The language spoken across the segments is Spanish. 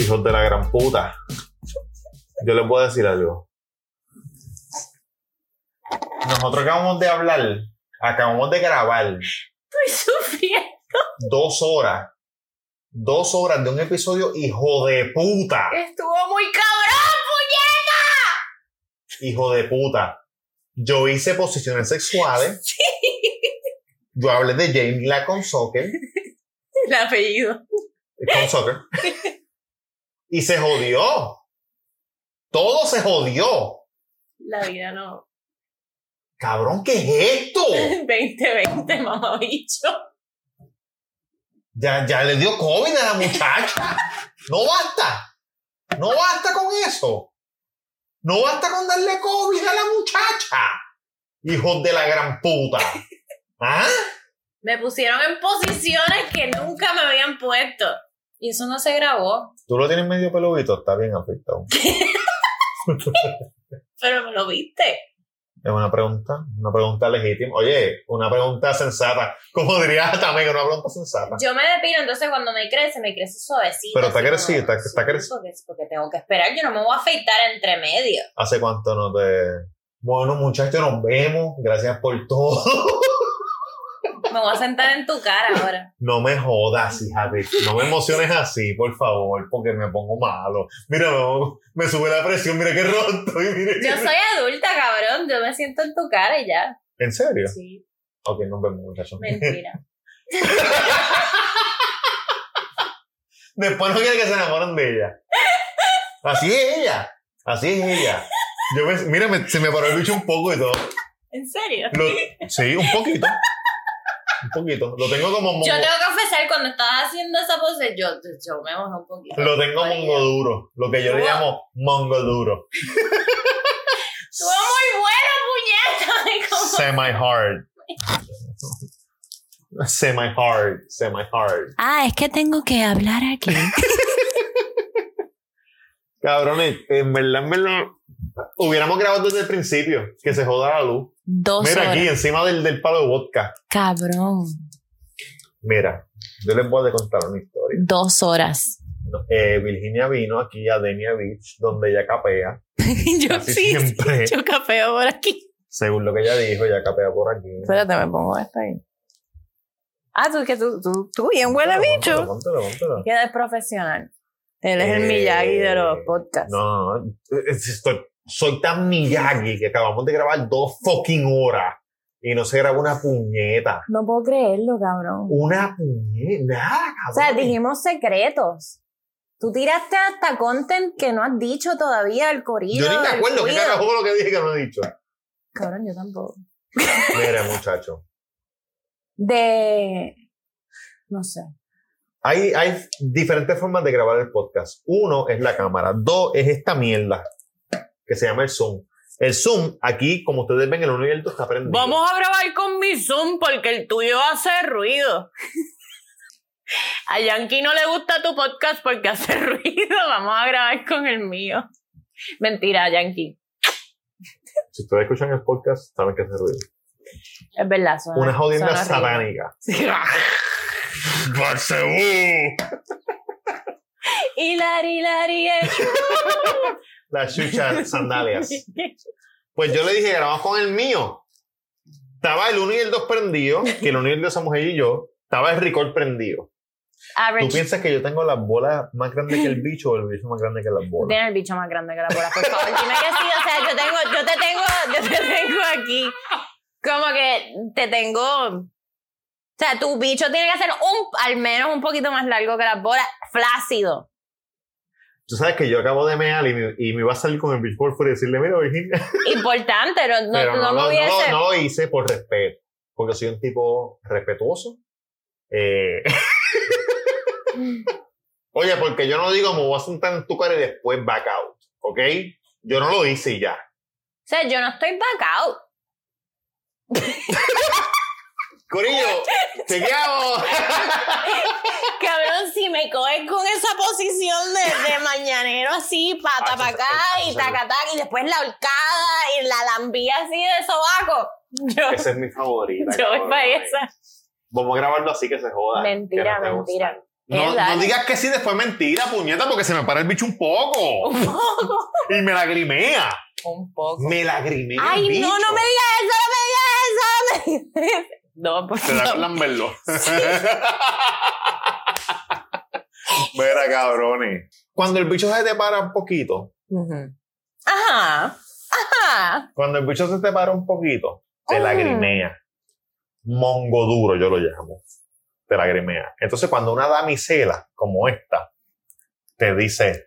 hijos de la gran puta. Yo les voy a decir algo. Nosotros acabamos de hablar, acabamos de grabar Estoy sufriendo. dos horas. Dos horas de un episodio hijo de puta. Estuvo muy cabrón, puñeta. Hijo de puta. Yo hice posiciones sexuales. Yo hablé de Jane la con soccer. El apellido. Con soccer. Y se jodió. Todo se jodió. La vida no. Cabrón, ¿qué es esto? 2020, mamabicho. Ya, ya le dio COVID a la muchacha. No basta. No basta con eso. No basta con darle COVID a la muchacha. Hijos de la gran puta. ¿Ah? Me pusieron en posiciones que nunca me habían puesto. Y eso no se grabó, Tú lo tienes medio peludito, está bien afectado. pero me lo viste. Es una pregunta, una pregunta legítima. Oye, una pregunta sensata. Como diría también, una pregunta sensata. Yo me depilo, entonces cuando me crece, me crece suavecito. Pero está así como- crecido, está- está Sí, crecido. Porque, porque tengo que esperar, yo no me voy a afeitar entre medio. ¿Hace cuánto no te... Bueno, muchachos, nos vemos. Gracias por todo. Me voy a sentar en tu cara ahora. No me jodas, hija de... No me emociones así, por favor, porque me pongo malo. Mira, no, me sube la presión, mira qué roto. Mira qué Yo soy adulta, cabrón. Yo me siento en tu cara y ya. ¿En serio? Sí, Ok, nos vemos, muchachos. mentira. Después no quiere que se enamoren de ella. Así es ella. Así es ella. Yo me, mira, me- se me paró el bicho un poco y todo. ¿En serio? Lo- sí, un poquito. Un poquito. Lo tengo como mongo, Yo tengo que confesar, cuando estabas haciendo esa pose, yo, yo me mojé un poquito. Lo tengo Ay, mongo duro. Lo que yo le llamo mongo duro. Estuvo muy buena, puñeta. Ay, cómo- Semi hard. Semi hard. Semi hard. Ah, es que tengo que hablar aquí. Cabrones, en verdad, en verdad. Hubiéramos grabado desde el principio. Que se joda la luz. Dos Mira aquí, encima del, del palo de vodka. Cabrón. Mira, yo les voy a contar una historia. Dos horas. Eh, Virginia vino aquí a Denia Beach, donde ella capea. yo Casi siempre, Yo capeo por aquí. según lo que ella dijo, ella capea por aquí. Espérate, me pongo esto ahí. Ah, tú que tú, tú, tú bien huele a Póntelo, bicho. póntelo, póntelo. Queda es profesional. Él es el Eh, Miyagi de los podcasts. No, no, no. Estoy- soy tan Miyagi que acabamos de grabar dos fucking horas y no se grabó una puñeta. No puedo creerlo, cabrón. Una puñeta, nada, O sea, cabrón. dijimos secretos. Tú tiraste hasta content que no has dicho todavía al corillo. Yo ni me del acuerdo qué cuido. carajo fue lo que dije que no he dicho. Cabrón, yo tampoco. Mira, muchacho. De. No sé. Hay, hay diferentes formas de grabar el podcast. Uno es la cámara. Dos es esta mierda que se llama el Zoom. El Zoom, aquí, como ustedes ven, el uno y el dos está prendido. a grabar con mi Zoom porque el tuyo hace ruido. A Yankee no le gusta tu podcast porque hace ruido. Vamos a grabar con el mío. Mentira, Yankee. Si ustedes escuchan el podcast, saben que es ruido. Es verdad, son Una jodienda satánica. ¡Barcebú! Hilari, hilari. Las chuchas sandalias. Pues yo le dije, grabamos con el mío. Estaba el uno y el dos prendido, que el uno y el dos somos ella y yo. Estaba el record prendido. ¿Tú Average piensas que yo tengo las bolas más grandes que el bicho o el bicho más grande que las Tú bolas? tienes el bicho más grande que la bola, por favor. Dime que sí, o sea, yo tengo, yo te tengo, yo te tengo aquí. Como que te tengo. O sea, tu bicho tiene que ser un, al menos un poquito más largo que la bola, flácido. Tú sabes que yo acabo de mear y me, y me iba a salir con el billboard por decirle, mira, Virginia. Importante, no, no, Pero no no, me lo, hubiese. no, no lo hice por respeto, porque soy un tipo respetuoso. Eh, oye, porque yo no digo, me voy a sentar en tu cara y después back out, ¿ok? Yo no lo hice y ya. O sea, yo no estoy back out. Corillo, chequeamos. Cabrón, si me coges con esa posición de, de mañanero así, pata Ah, para eso- acá eso- y eso- taca, taca, y después la horcada y la lambía así de sobaco. Yo, Esa es mi favorita. yo voy cabrón. para esa. Vamos a grabarlo así que se joda. Mentira, que no te gusta. mentira. Eh, No, Exacto. no digas que sí, después mentira, puñeta, porque se me para el bicho un poco. Un poco. Y me lagrimea. Un poco. Me lagrimea. el Ay, bicho. no, no me digas eso, no me digas eso. no me digas eso. No, pues por Te da favor. plan verlo. Mira, cabrones. Cuando el bicho se te para un poquito, Ujú. Ajá. Ajá. cuando el bicho se te para un poquito, te Mm. lagrimea. Mongo duro, yo lo llamo. Te lagrimea. Entonces, cuando una damisela como esta te dice,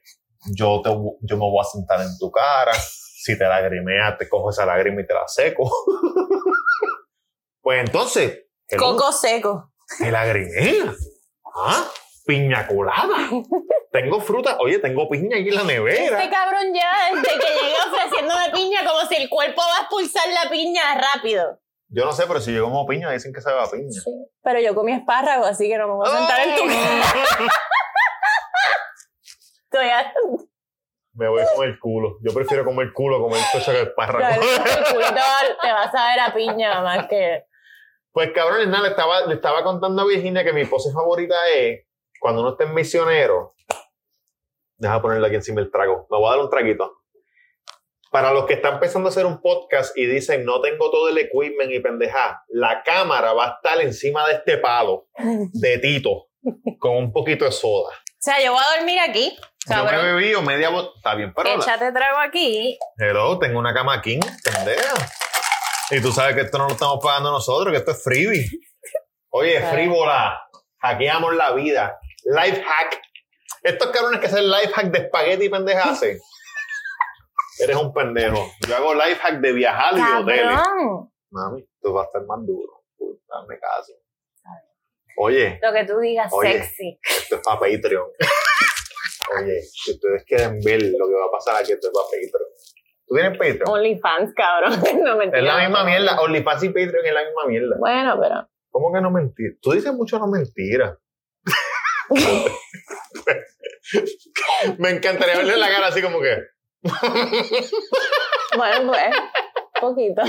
yo, te, vo- yo me voy a sentar en tu cara, si te lagrimea, te cojo esa lágrima y te la seco. pues entonces, el- Coco seco. te lagrimea. ¿Ah? Piña colada. tengo fruta. Oye, tengo piña aquí en la Este nevera. cabrón ya, desde que llegué ofreciéndome piña, como si el cuerpo va a expulsar la piña rápido. Yo no sé, pero si yo como piña, dicen que sabe a piña. Pero yo comí espárrago, así que no me voy a sentar en tu cara. Estoy hasta- Me voy con el culo. Yo prefiero comer culo, comer cocha que espárrago. el culito te vas a ver a piña más que. Pues cabrón, nada, le estaba, le estaba contando a Virginia que mi pose favorita es cuando uno está en misionero. Deja ponerle aquí encima el trago. Me voy a dar un traguito. Para los que están empezando a hacer un podcast y dicen no tengo todo el equipment y pendeja, la cámara va a estar encima de este palo de Tito con un poquito de soda. O sea, yo voy a dormir aquí. Yo me Cabrón. he bebido media botella. Está bien, pero la- Échate trago aquí. Hello, tengo una cama king, pendeja. Y tú sabes que esto no lo estamos pagando nosotros, que esto es freebie. Oye, Claro. frívola, hackeamos la vida. Life hack. Estos cabrones que hacen life hack de espagueti y pendeja hacen. Eres un pendejo. Yo hago life hack de viajar y hoteles. Cabrón. Mami, tú vas a estar más duro. Uy, Dame caso. Oye, Lo que tú digas, Oye. sexy. esto es para Patreon. Oye, si ustedes quieren ver lo que va a pasar aquí, esto es para Patreon. ¿Tú tienes Patreon? OnlyFans, cabrón. No mentira. Es la misma mierda. OnlyFans y Patreon es la misma mierda. Bueno, pero. ¿Cómo que no mentira? Tú dices mucho no mentira. Me encantaría verle la cara así como que. Bueno, pues. Poquito.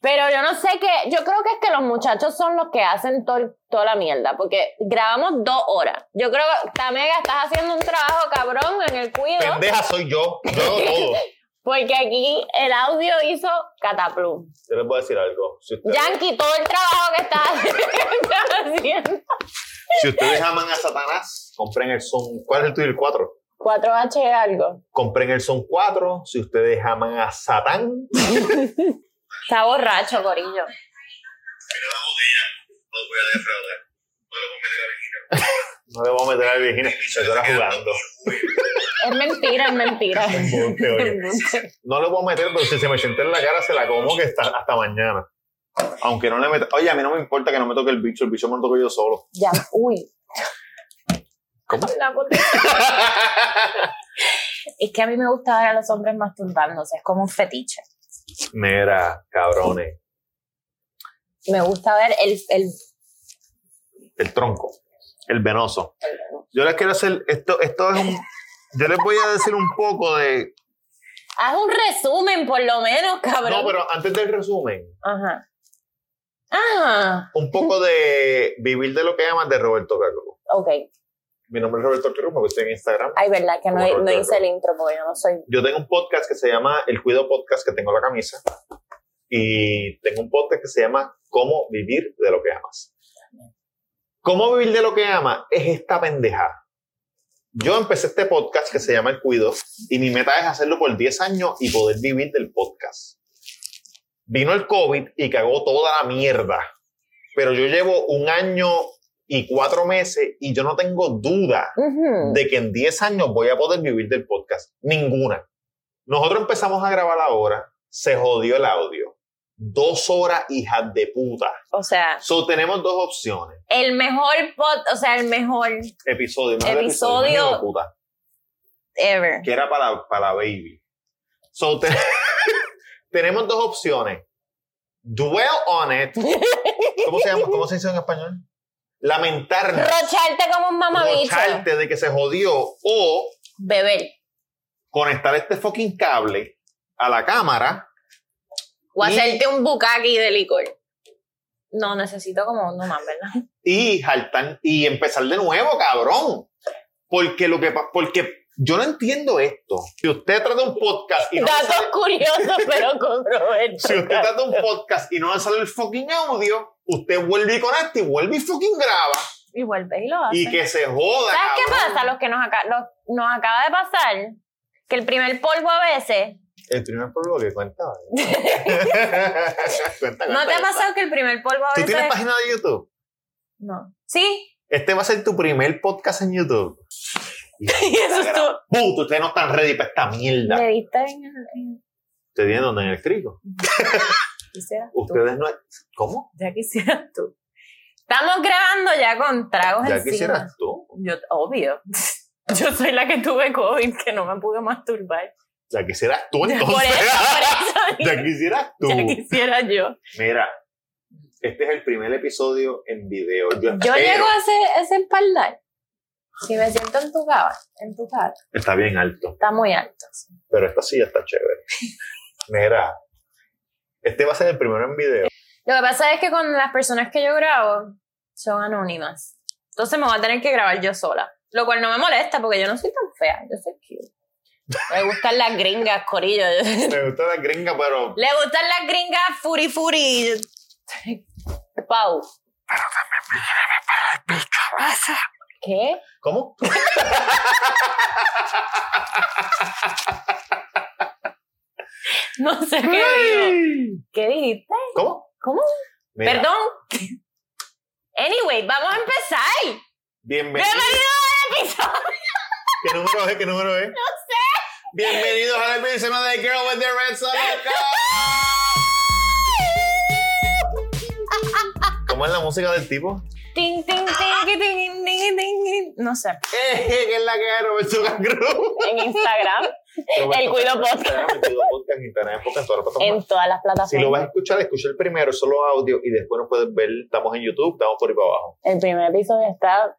Pero yo no sé qué. Yo creo que es que los muchachos son los que hacen tol- toda la mierda. Porque grabamos dos horas. Yo creo que, Tamega, estás haciendo un trabajo, cabrón, en el cuido. Pendeja soy yo. Yo hago todo. Porque aquí el audio hizo cataplum. Yo les voy a decir algo. Si ustedes, Yankee, todo el trabajo que estás haciendo. si ustedes aman a Satanás, compren el son. ¿Cuál es el tuyo? El 4. 4H algo. Compren el son 4. Si ustedes aman a Satán. Está borracho, Corillo. No le voy a meter a Virginia. Se estará jugando. Es mentira, es mentira. Embuste, oye. Embuste. No lo puedo meter, pero si se me sienta en la cara, se la como que hasta, hasta mañana. Aunque no le meta. Oye, a mí no me importa que no me toque el bicho, el bicho me lo toco yo solo. ya, uy. La puta. Es que a mí me gusta ver a los hombres masturbándose, es como un fetiche. Mira, cabrones. Me gusta ver el, el El tronco. El venoso. Yo les quiero hacer. Esto, esto es un. Yo les voy a decir un poco de. haz un resumen por lo menos, cabrón. No, pero antes del resumen, Ajá. Ah, un poco de vivir de lo que llaman de Roberto Carlos. ok. Mi nombre es Roberto Carlos, me gusta en Instagram. Ay, verdad que no, Como no Roberto hice el intro porque yo no soy yo tengo un podcast que se llama El Cuido Podcast, que tengo la camisa. Y tengo un podcast que se llama Cómo vivir de lo que amas. Cómo vivir de lo que amas es esta pendejada. Yo empecé este podcast que se llama El Cuido y mi meta es hacerlo por 10 años y poder vivir del podcast. Vino el COVID y cagó toda la mierda. Pero yo llevo un año y cuatro meses y yo no tengo duda Ujú. de que en 10 años voy a poder vivir del podcast. Ninguna. Nosotros empezamos a grabar ahora, se jodió el audio. Dos horas, hijas de puta. O sea, So, tenemos dos opciones. el mejor pod, o sea, el mejor Episodio, mejor Episodio. hijo de puta, ever. que era para, para Baby. So, te- tenemos dos opciones. Dwell on it. ¿Cómo se llama? ¿Cómo se dice en español? Lamentarnos. Rocharte como un mamabicho. Rocharte de que se jodió o Beber. conectar este fucking cable a la cámara O Y- hacerte un bucaqui de licor. No, necesito como no más, ¿verdad? y jaltar y empezar de nuevo, cabrón. Porque lo que pa- porque yo no entiendo esto. Si usted trata un podcast y no le Datos sale- curiosos, pero si usted controvertidos. trata un podcast y no le sale el fucking audio, usted vuelve y conecta y vuelve y fucking graba Y vuelves y lo haces. y que se joda. ¿Sabes qué cabrón. pasa? Los que nos, aca- los- nos acaba de pasar, que el primer polvo a veces. El primer pueblo que cuenta. Cuenta, ¿No te cuenta. ha pasado que el primer polvo a ¿Tú veces.? tienes página de YouTube? No. Sí. Este va a ser tu primer podcast en YouTube. Y eso es todo. Puto, ustedes no están ready para esta mierda. Le diste en el. en- Ustedes tienen donde en el crico. Quisieras tú. Ustedes no. ¿Cómo? Ya quisieras tú. Estamos grabando ya con tragos Ya encima. quisieras tú. Yo, obvio. Yo soy la que tuve COVID, que no me pude masturbar. Ya quisieras tú Ya, entonces. por eso, por ya eso. quisieras tú. Ya quisiera yo. Mira, este es el primer episodio en video. Yo, Yo espero- llego a ese, ese espaldar. Si me siento en tu cara, en tu cara, Está bien alto, está muy alto. pero esta silla está chévere. Mira, este va a ser el primero en video. Lo que pasa es que con las personas que yo grabo son anónimas. Entonces me voy a tener que grabar yo sola. Lo cual no me molesta porque yo no soy tan fea. Yo soy cute. Me gustan las gringas, Corillo. Le Me gusta la gringa, pero. gustan las gringas furi furi. Pau. ¿Qué? ¿Cómo? No sé qué digo. ¿Qué dijiste? ¿Cómo? ¿Cómo? Mira, Perdón. Anyway, vamos a empezar. Bienvenido. Bienvenido al episodio. ¿Qué número es? ¿Qué número es? No sé. Bienvenidos a la episodio de Girl with the Red Solo. ¿Cómo es la música del tipo? Ting, ting, ting, ting, ting, ting, ting. No sé. Eh, que es la que es Roberto Cangrejo. en Instagram, el Cuido Podcast, El Cuido Podcast en Instagram, podcast, todas las plataformas. en todas las Si lo vas a plataformas. escuchar, escucha el primero, solo audio, y después nos puedes ver. Estamos en YouTube, estamos por ahí para abajo. El primer episodio está ah,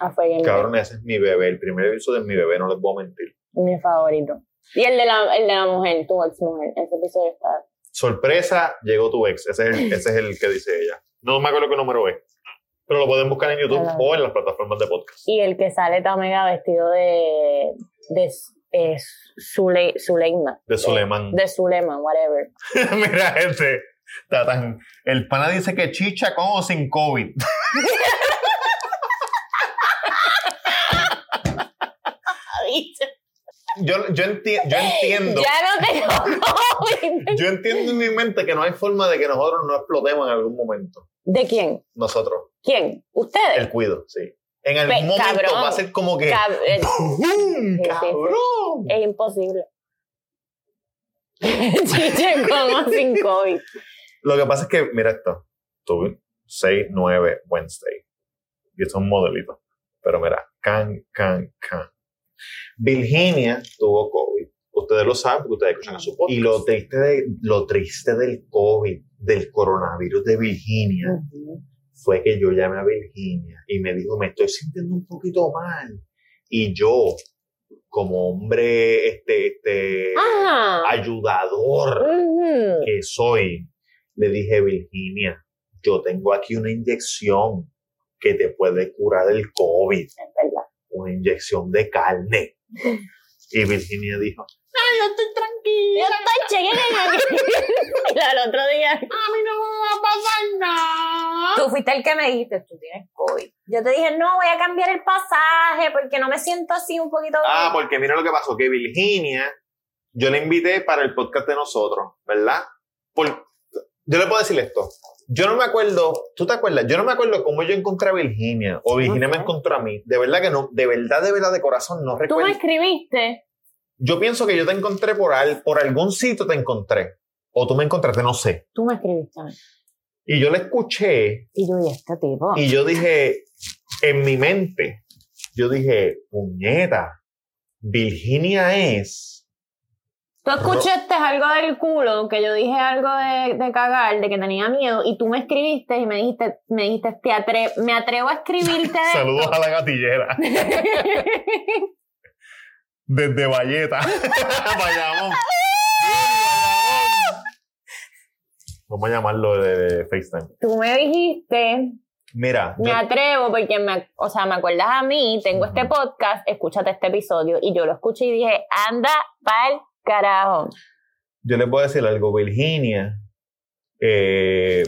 a fuego, Cabrón, ese es mi bebé. El primer episodio es mi bebé, no les voy a mentir. mi favorito. Y el de la, el de la mujer, tu ex mujer, ese episodio está. Sorpresa, llegó tu ex. Ese es el, ese es el que dice ella. No me acuerdo qué número es. Pero lo pueden buscar en YouTube Ah. o en las plataformas de podcast. Y el que sale Tamega vestido de. de eh, Zule, Zuleima. De Suleiman. De Zulema, whatever. Mira, este. Está tan- El pana dice que chicha con o sin COVID. Yo, yo, enti- yo entiendo. Ya no tengo COVID. Yo entiendo en mi mente que no hay forma de que nosotros no explotemos en algún momento. ¿De quién? Nosotros, ¿Quién? ¿Ustedes? el cuido, sí. En algún Pe- momento cabrón. va a ser como que. Cab- eh, ¡Bum! sí, Eh sí. ¡Cabrón! Es e imposible. Chiche como sin COVID. Lo que pasa es que, mira esto. Tuve 6, 9, Wednesday. Y esto es un modelito. Pero mira, can, can, can. Virginia tuvo COVID. Ustedes lo saben porque ustedes Ah. escuchan a su podcast. Y lo triste, de, lo triste del COVID, del coronavirus de Virginia, fue que yo llamé a Virginia y me dijo, me estoy sintiendo un poquito mal. Y yo, como hombre, este, este, Ajá. ayudador Ujú. que soy, le dije, Virginia, yo tengo aquí una inyección que te puede curar el COVID, Es verdad. una inyección de carne. Y Virginia dijo, Ay, yo estoy tranquila. Yo estoy chequeando. Claro, el otro día. A mí no me va a pasar nada. Tú fuiste el que me dijiste, tú tienes COVID. Yo te dije, no, voy a cambiar el pasaje porque no me siento así un poquito. Ah, porque mira lo que pasó, que Virginia, yo la invité para el podcast de nosotros, ¿verdad? Por- yo le puedo decir esto. Yo no me acuerdo, ¿tú te acuerdas? Yo no me acuerdo cómo yo encontré a Virginia o Virginia me Ok. encontró a mí. De verdad que no, de verdad, de verdad, de corazón no Tú me recuerdo. escribiste. Yo pienso que yo te encontré por, al, por algún sitio, te encontré. O tú me encontraste, no sé. Tú me escribiste. a mí. Y yo la escuché Y yo, y este tipo. y yo dije, en mi mente, yo dije, puñeta, Virginia es... Tú escuchaste algo del culo, que yo dije algo de, de cagar, de que tenía miedo, y tú me escribiste y me dijiste, me dijiste, te atre me atrevo a escribirte. de Saludos a la gatillera. esto". Desde Valleta. Bayamón. Bayamón. Vamos a llamarlo de, de FaceTime. Tú me dijiste, Mira, me yo- atrevo porque me, o sea, me acuerdas a mí, tengo este Ujú. podcast, escúchate este episodio y yo lo escuché y dije, anda pa'l carajo. yo les voy a decir algo. Virginia, eh,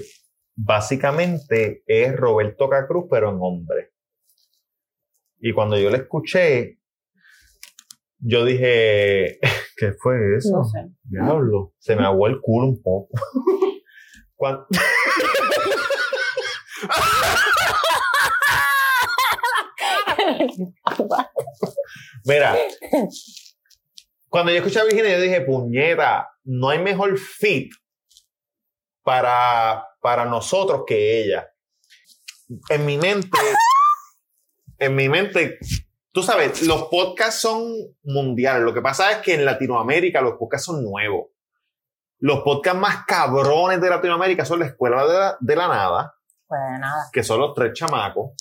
básicamente es Roberto Cacruz, pero en hombre. Y cuando yo la escuché, yo dije, ¿qué fue eso? No sé. Diablo, se me aguó el culo un poco. Cuan- Pues Mira, cuando yo escuché a Virginia, yo dije, puñeta, no hay mejor fit para, para nosotros que ella. En mi mente, en mi mente, tú sabes, los podcasts son mundiales. Lo que pasa es que en Latinoamérica los podcasts son nuevos. Los podcasts más cabrones de Latinoamérica son La Escuela de la, de la Nada, pues de nada. que son los tres chamacos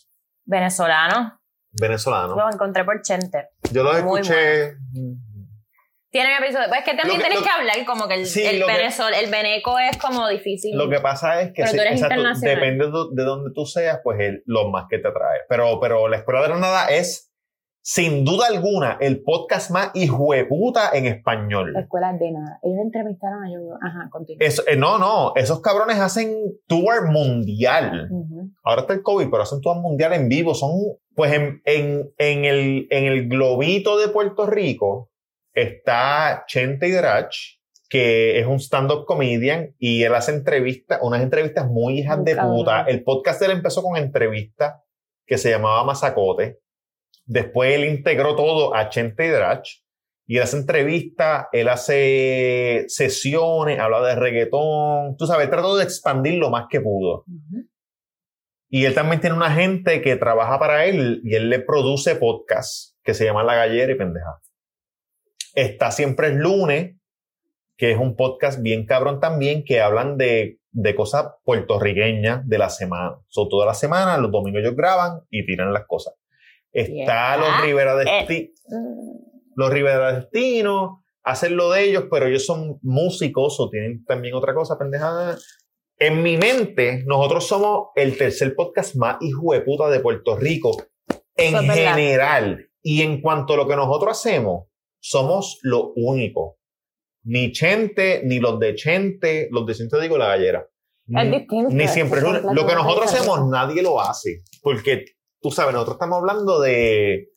Venezolano, venezolanos. lo encontré por Chente. Yo los Muy escuché. Tiene un episodio. Pues es que también Lo que- tienes lo- que hablar, como que el, Sí, el lo que- venezol- el veneco es como difícil. Lo que pasa es que Pero tú eres internacional. depende de de donde tú seas, pues el- lo más que te atrae. Pero, pero La Escuela de la Nada es, sin duda alguna, el podcast más hijueputa en español. Escuelas de nada. Ellos entrevistaron a yo. Ajá, contigo. Eso- eh, no, no, esos cabrones hacen tour mundial. Ahora está el COVID, pero hacen tour mundial en vivo. Son, pues en, en, en el, en el globito de Puerto Rico está Chente Hidrach, que es un stand-up comedian y él hace entrevistas, unas entrevistas muy hijas Muy de cabrón. puta. El podcast de él empezó con entrevistas que se llamaba Mazacote. Después él integró todo a Chente Hidrach. Y él hace entrevistas, él hace sesiones, habla de reggaetón. Tú sabes, trató de expandir lo más que pudo. Y él también tiene una gente que trabaja para él y él le produce podcasts que se llaman La Gallera y Pendeja. Está siempre el lunes, que es un podcast bien cabrón también, que hablan de, de cosas puertorriqueñas de la semana. Son toda la semana, los domingos ellos graban y tiran las cosas. Está Yeah. los Rivera de Eh. Esti- los Rivera Destino, hacen lo de ellos, pero ellos son músicos o tienen también otra cosa pendejada. En mi mente, nosotros somos el tercer podcast más hijo de puta de Puerto Rico en Eso es verdad. general. Y en cuanto a lo que nosotros hacemos, somos lo único. Ni Chente, ni los de Chente, los de Chente digo la gallera. Es Ni- distinto. ni siempre es Es lo- completamente Lo que nosotros diferente. hacemos, nadie lo hace. Porque, tú sabes, nosotros estamos hablando de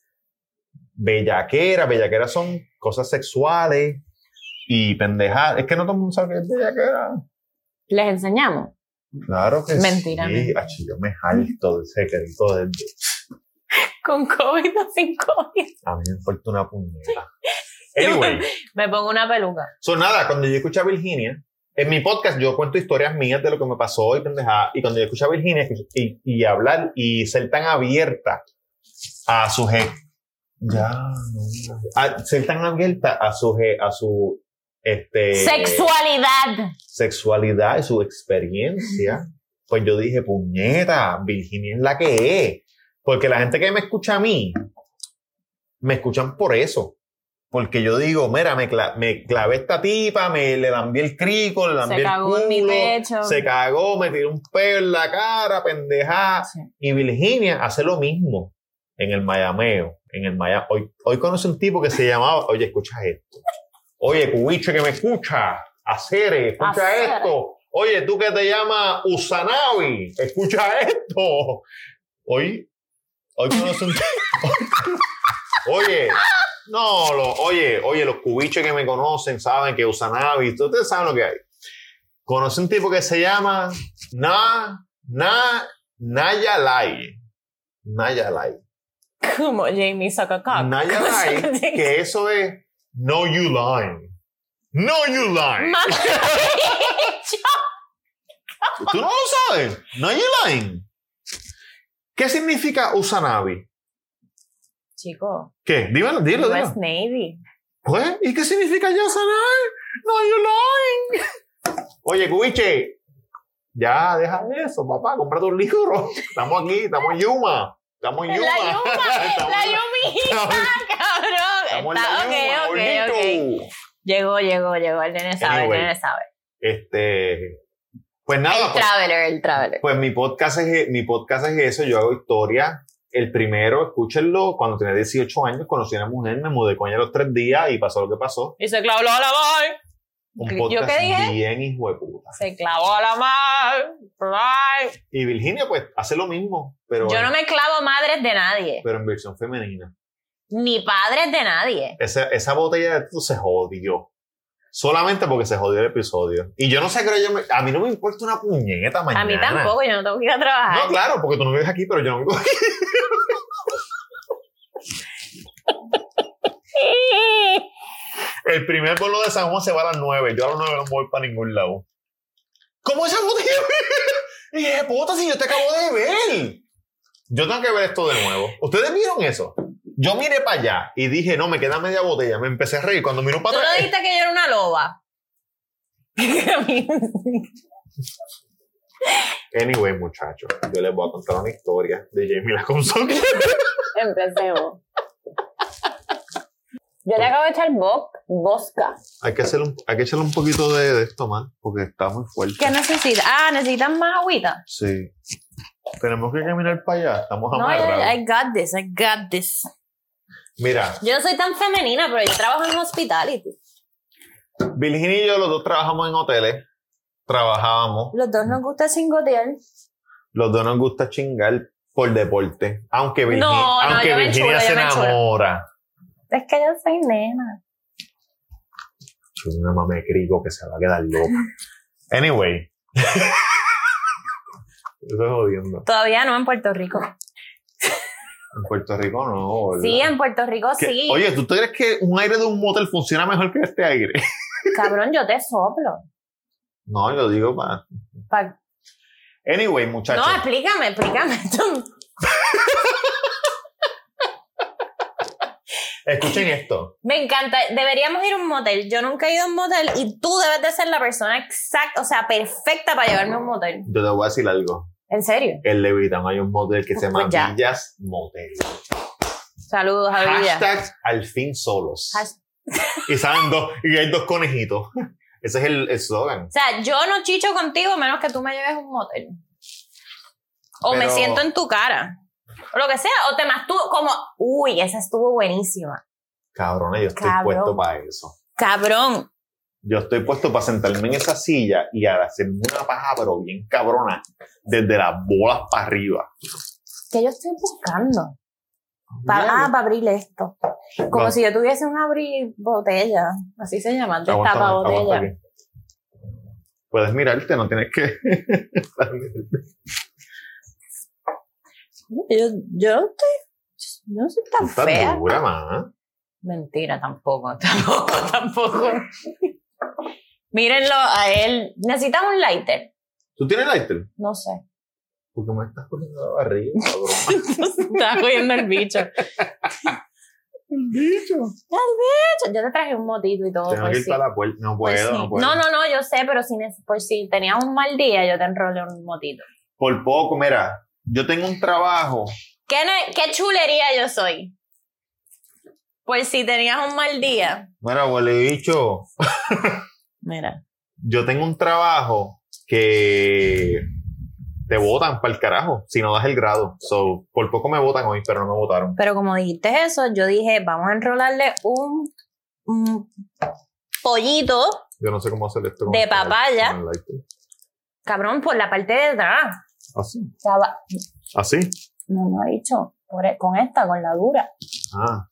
bellaquera. Bellaquera son cosas sexuales y pendejadas. Es que no todo el mundo sabe qué es bellaquera. Les enseñamos. Claro que Mentira, sí. mentira. Achi, yo me jalto de ese querido. de- Con COVID o sin COVID. A mí me falta una puñeta. Anyway, Me pongo una peluca. so nada, cuando yo escuché a Virginia, en mi podcast yo cuento historias mías de lo que me pasó y pendejada. Y cuando yo escuché a Virginia y, y hablar y ser tan abierta a su gente. Ya, no. A ser tan abierta a su, je- a su este, Sexualidad. sexualidad y su experiencia, pues yo dije, puñeta, Virginia es la que es. Porque la gente que me escucha a mí, me escuchan por eso. Porque yo digo, mira, me, cla- me clavé esta tipa, me le lambié el crico, le lambié Se el cagó en mi culo, pecho. se cagó, me tiró un pelo en la cara, pendeja. Sí. Y Virginia hace lo mismo en el Mayameo, en el Maya. Hoy, hoy conoce un tipo que se llamaba, oye, escucha esto. Oye, cubiche que me escucha, acere, escucha Acere. esto. Oye, tú que te llamas Usanabi, escucha esto. Hoy, hoy conoce un Oye, no, lo- oye, oye, los cubiches que me conocen saben que Usanabi, ustedes saben lo que hay. Conoce un tipo que se llama Na, Na, Nayalai. Nayalai. Como Jamie Sokokok. Nayalai, que eso es No You Lying. No You Lying. Mami, ¿Tú no lo sabes? No You Lying. ¿Qué significa Usanabi? Chico, ¿Qué? Dímelo, dilo, dilo. US Navy. Pues, ¿y qué significa ya sanar? No, you lying. Oye, Cubiche, ya deja de eso, papá, compra un libro. Estamos aquí, estamos en Yuma. Estamos en La Yuma. Yuma, Estamos la en Yumita, estamos- cabrón. estamos en Está, la Yuma, ok, ok, ok. gordito. Llegó, llegó, llegó. El nene sabe, Anyway. el nene sabe. Este, Pues nada, El pues, traveler, el traveler. pues mi, podcast es, mi podcast es eso, yo hago historia. El primero, escúchenlo, cuando tenía 18 años conocí a una mujer, me mudé con ella los tres días y pasó lo que pasó. Y se clavó a la mar. Un ¿Yo podcast qué dije? bien hijo de puta. Se clavó a la mar. Ay. Y Virginia pues hace lo mismo, pero, Yo no me clavo madres de nadie, pero en versión femenina. ni padres de nadie. Esa, esa botella de tú se jodió. Solamente porque se jodió el episodio. Y yo no sé, creo yo, me- a mí no me importa una puñeta mañana. A mí tampoco, yo no tengo que ir a trabajar. No, claro, porque tú no vives aquí, pero yo no vivo aquí. El primer pueblo de San Juan se va a las 9. Yo a las 9 no voy para ningún lado. ¿Cómo esa botella? Y dije, puta, si yo te acabo de ver. Yo tengo que ver esto de nuevo. ¿Ustedes vieron eso? Yo miré para allá y dije, no, me queda media botella. Me empecé a reír. Cuando miro Tú para no atrás, dijiste que yo era una loba. Anyway, muchachos, yo les voy a contar una historia de Jamie la Consol. Empecemos. Yo le acabo de echar bo- bosca. hay, que hacerle un, hay que echarle un poquito de, de esto, man, porque está muy fuerte. ¿Qué necesitas? Ah, necesitas más agüita. Sí. Tenemos que caminar para allá. Estamos No, amarrados. I, I got this, I got this. Mira, Yo no soy tan femenina, pero yo trabajo en hospitality. Virginia y yo los dos trabajamos en hoteles. Trabajábamos. Los dos nos gusta singotear. Los dos nos gusta chingar por deporte. Aunque, Virgi- No, no, aunque yo me Virginia enchulo, se yo me enchulo. enamora. Es que yo soy nena. Soy una mamá de crico que se va a quedar loca. Anyway. Estoy jodiendo. Todavía no en Puerto Rico. En Puerto Rico no. ¿verdad? Sí, en Puerto Rico Que- sí. Oye, ¿tú te crees que un aire de un motel funciona mejor que este aire? Cabrón, yo te soplo. No, lo digo para. Pa- Anyway, muchachos. No, explícame, explícame. Tú- Escuchen esto. Me encanta. Deberíamos ir a un motel. Yo nunca he ido a un motel y tú debes de ser la persona exacta, o sea, perfecta para llevarme a un motel. Yo te voy a decir algo. En serio. En Levittown hay un motel que se llama Pues ya. Villas Motel. Saludos, Javier. Hashtag al fin solos. Has- Y salen dos, y hay dos conejitos. Ese es el eslogan. O sea, yo no chicho contigo a menos que tú me lleves a un motel. O me Pero- siento en tu cara. O lo que sea, o te masturbo como, uy, esa estuvo buenísima. Cabrón, yo estoy Cabrón. puesto para eso. Cabrón. Yo estoy puesto para sentarme en esa silla y a hacerme una paja, pero bien cabrona, desde las bolas para arriba. que yo estoy buscando? Pa- Mira, ah, para abrir esto. Como Va. si yo tuviese un abrir botella. Así se llama, Aguanta, tapa aguanta, aguanta botella. aquí. Puedes mirarte, no tienes que. Yo, yo no estoy. Yo no soy tan Estás fea. dura, man. Mentira, tampoco, tampoco, tampoco. Mírenlo a él. ¿Necesitas un lighter? ¿Tú tienes lighter? No sé. ¿Por qué me estás poniendo la barriga, cabrón? Estaba jodiendo el bicho. El Bicho. bicho, Yo te traje un motito y todo. Tengo por que ir si- para la puerta. No por puedo, si- no puedo. Pues no, no, no, yo sé, pero si, neces- por si tenías un mal día, yo te enrolé un motito. Por poco, mira, yo tengo un trabajo. ¿Qué, ne- qué chulería yo soy? Por si tenías un mal día. Mira, huele bicho. Mira. Yo tengo un trabajo que te votan para el carajo si no das el grado. So, por poco me votan hoy, pero no me votaron. Pero como dijiste eso, yo dije, vamos a enrolarle un, un pollito, Yo no sé cómo hacer esto. con De el- papaya. con el lighter. cabrón, por la parte de atrás. Así. O sea, va- Así. No, no ha dicho. Por e- con esta, con la dura. Ah.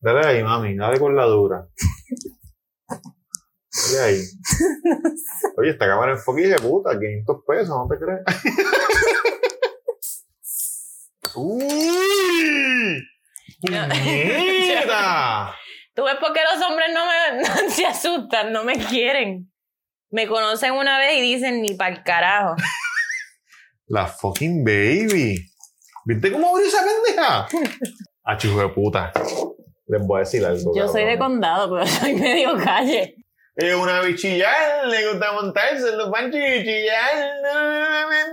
Dale ahí, mami. Dale con la dura. Dale ahí. Oye, esta cámara es poquito de puta. 500 pesos, ¿no te crees? ¡Uy! ¡Puñeta! ¿Tú ves por qué los hombres no, me, no se asustan, no me quieren? Me conocen una vez y dicen ni para el carajo. La fucking baby. ¿Viste cómo abrió esa pendeja? Ah, chico de puta. Les voy a decir algo. Yo soy de cabrón. condado, pero soy medio calle. Es una bichillar, le gusta montarse en los panchos y bichillar.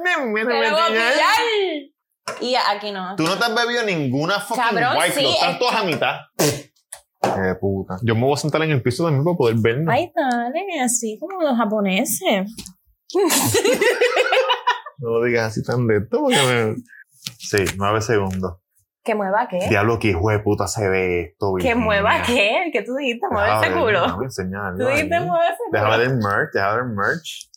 Pero voy a pillar. Y aquí no. Tú no te has bebido ninguna fucking Cabrón, White sí, Claw, están es- todas a mitad. Qué puta. Yo me voy a sentar en el piso también para poder vernos. Ay, dale, así como los japoneses. No lo digas así tan lento porque me... Sí, nueve segundos. ¿Que mueva qué? Diablo, que hijo de puta se ve esto. ¿Que Virginia. mueva qué? ¿Qué tú dijiste? Mueve Déjame ese ver, culo. déjame enseñarlo Tú dijiste ahí. mueve ese Déjame culo. ver el merch, déjame ver el merch.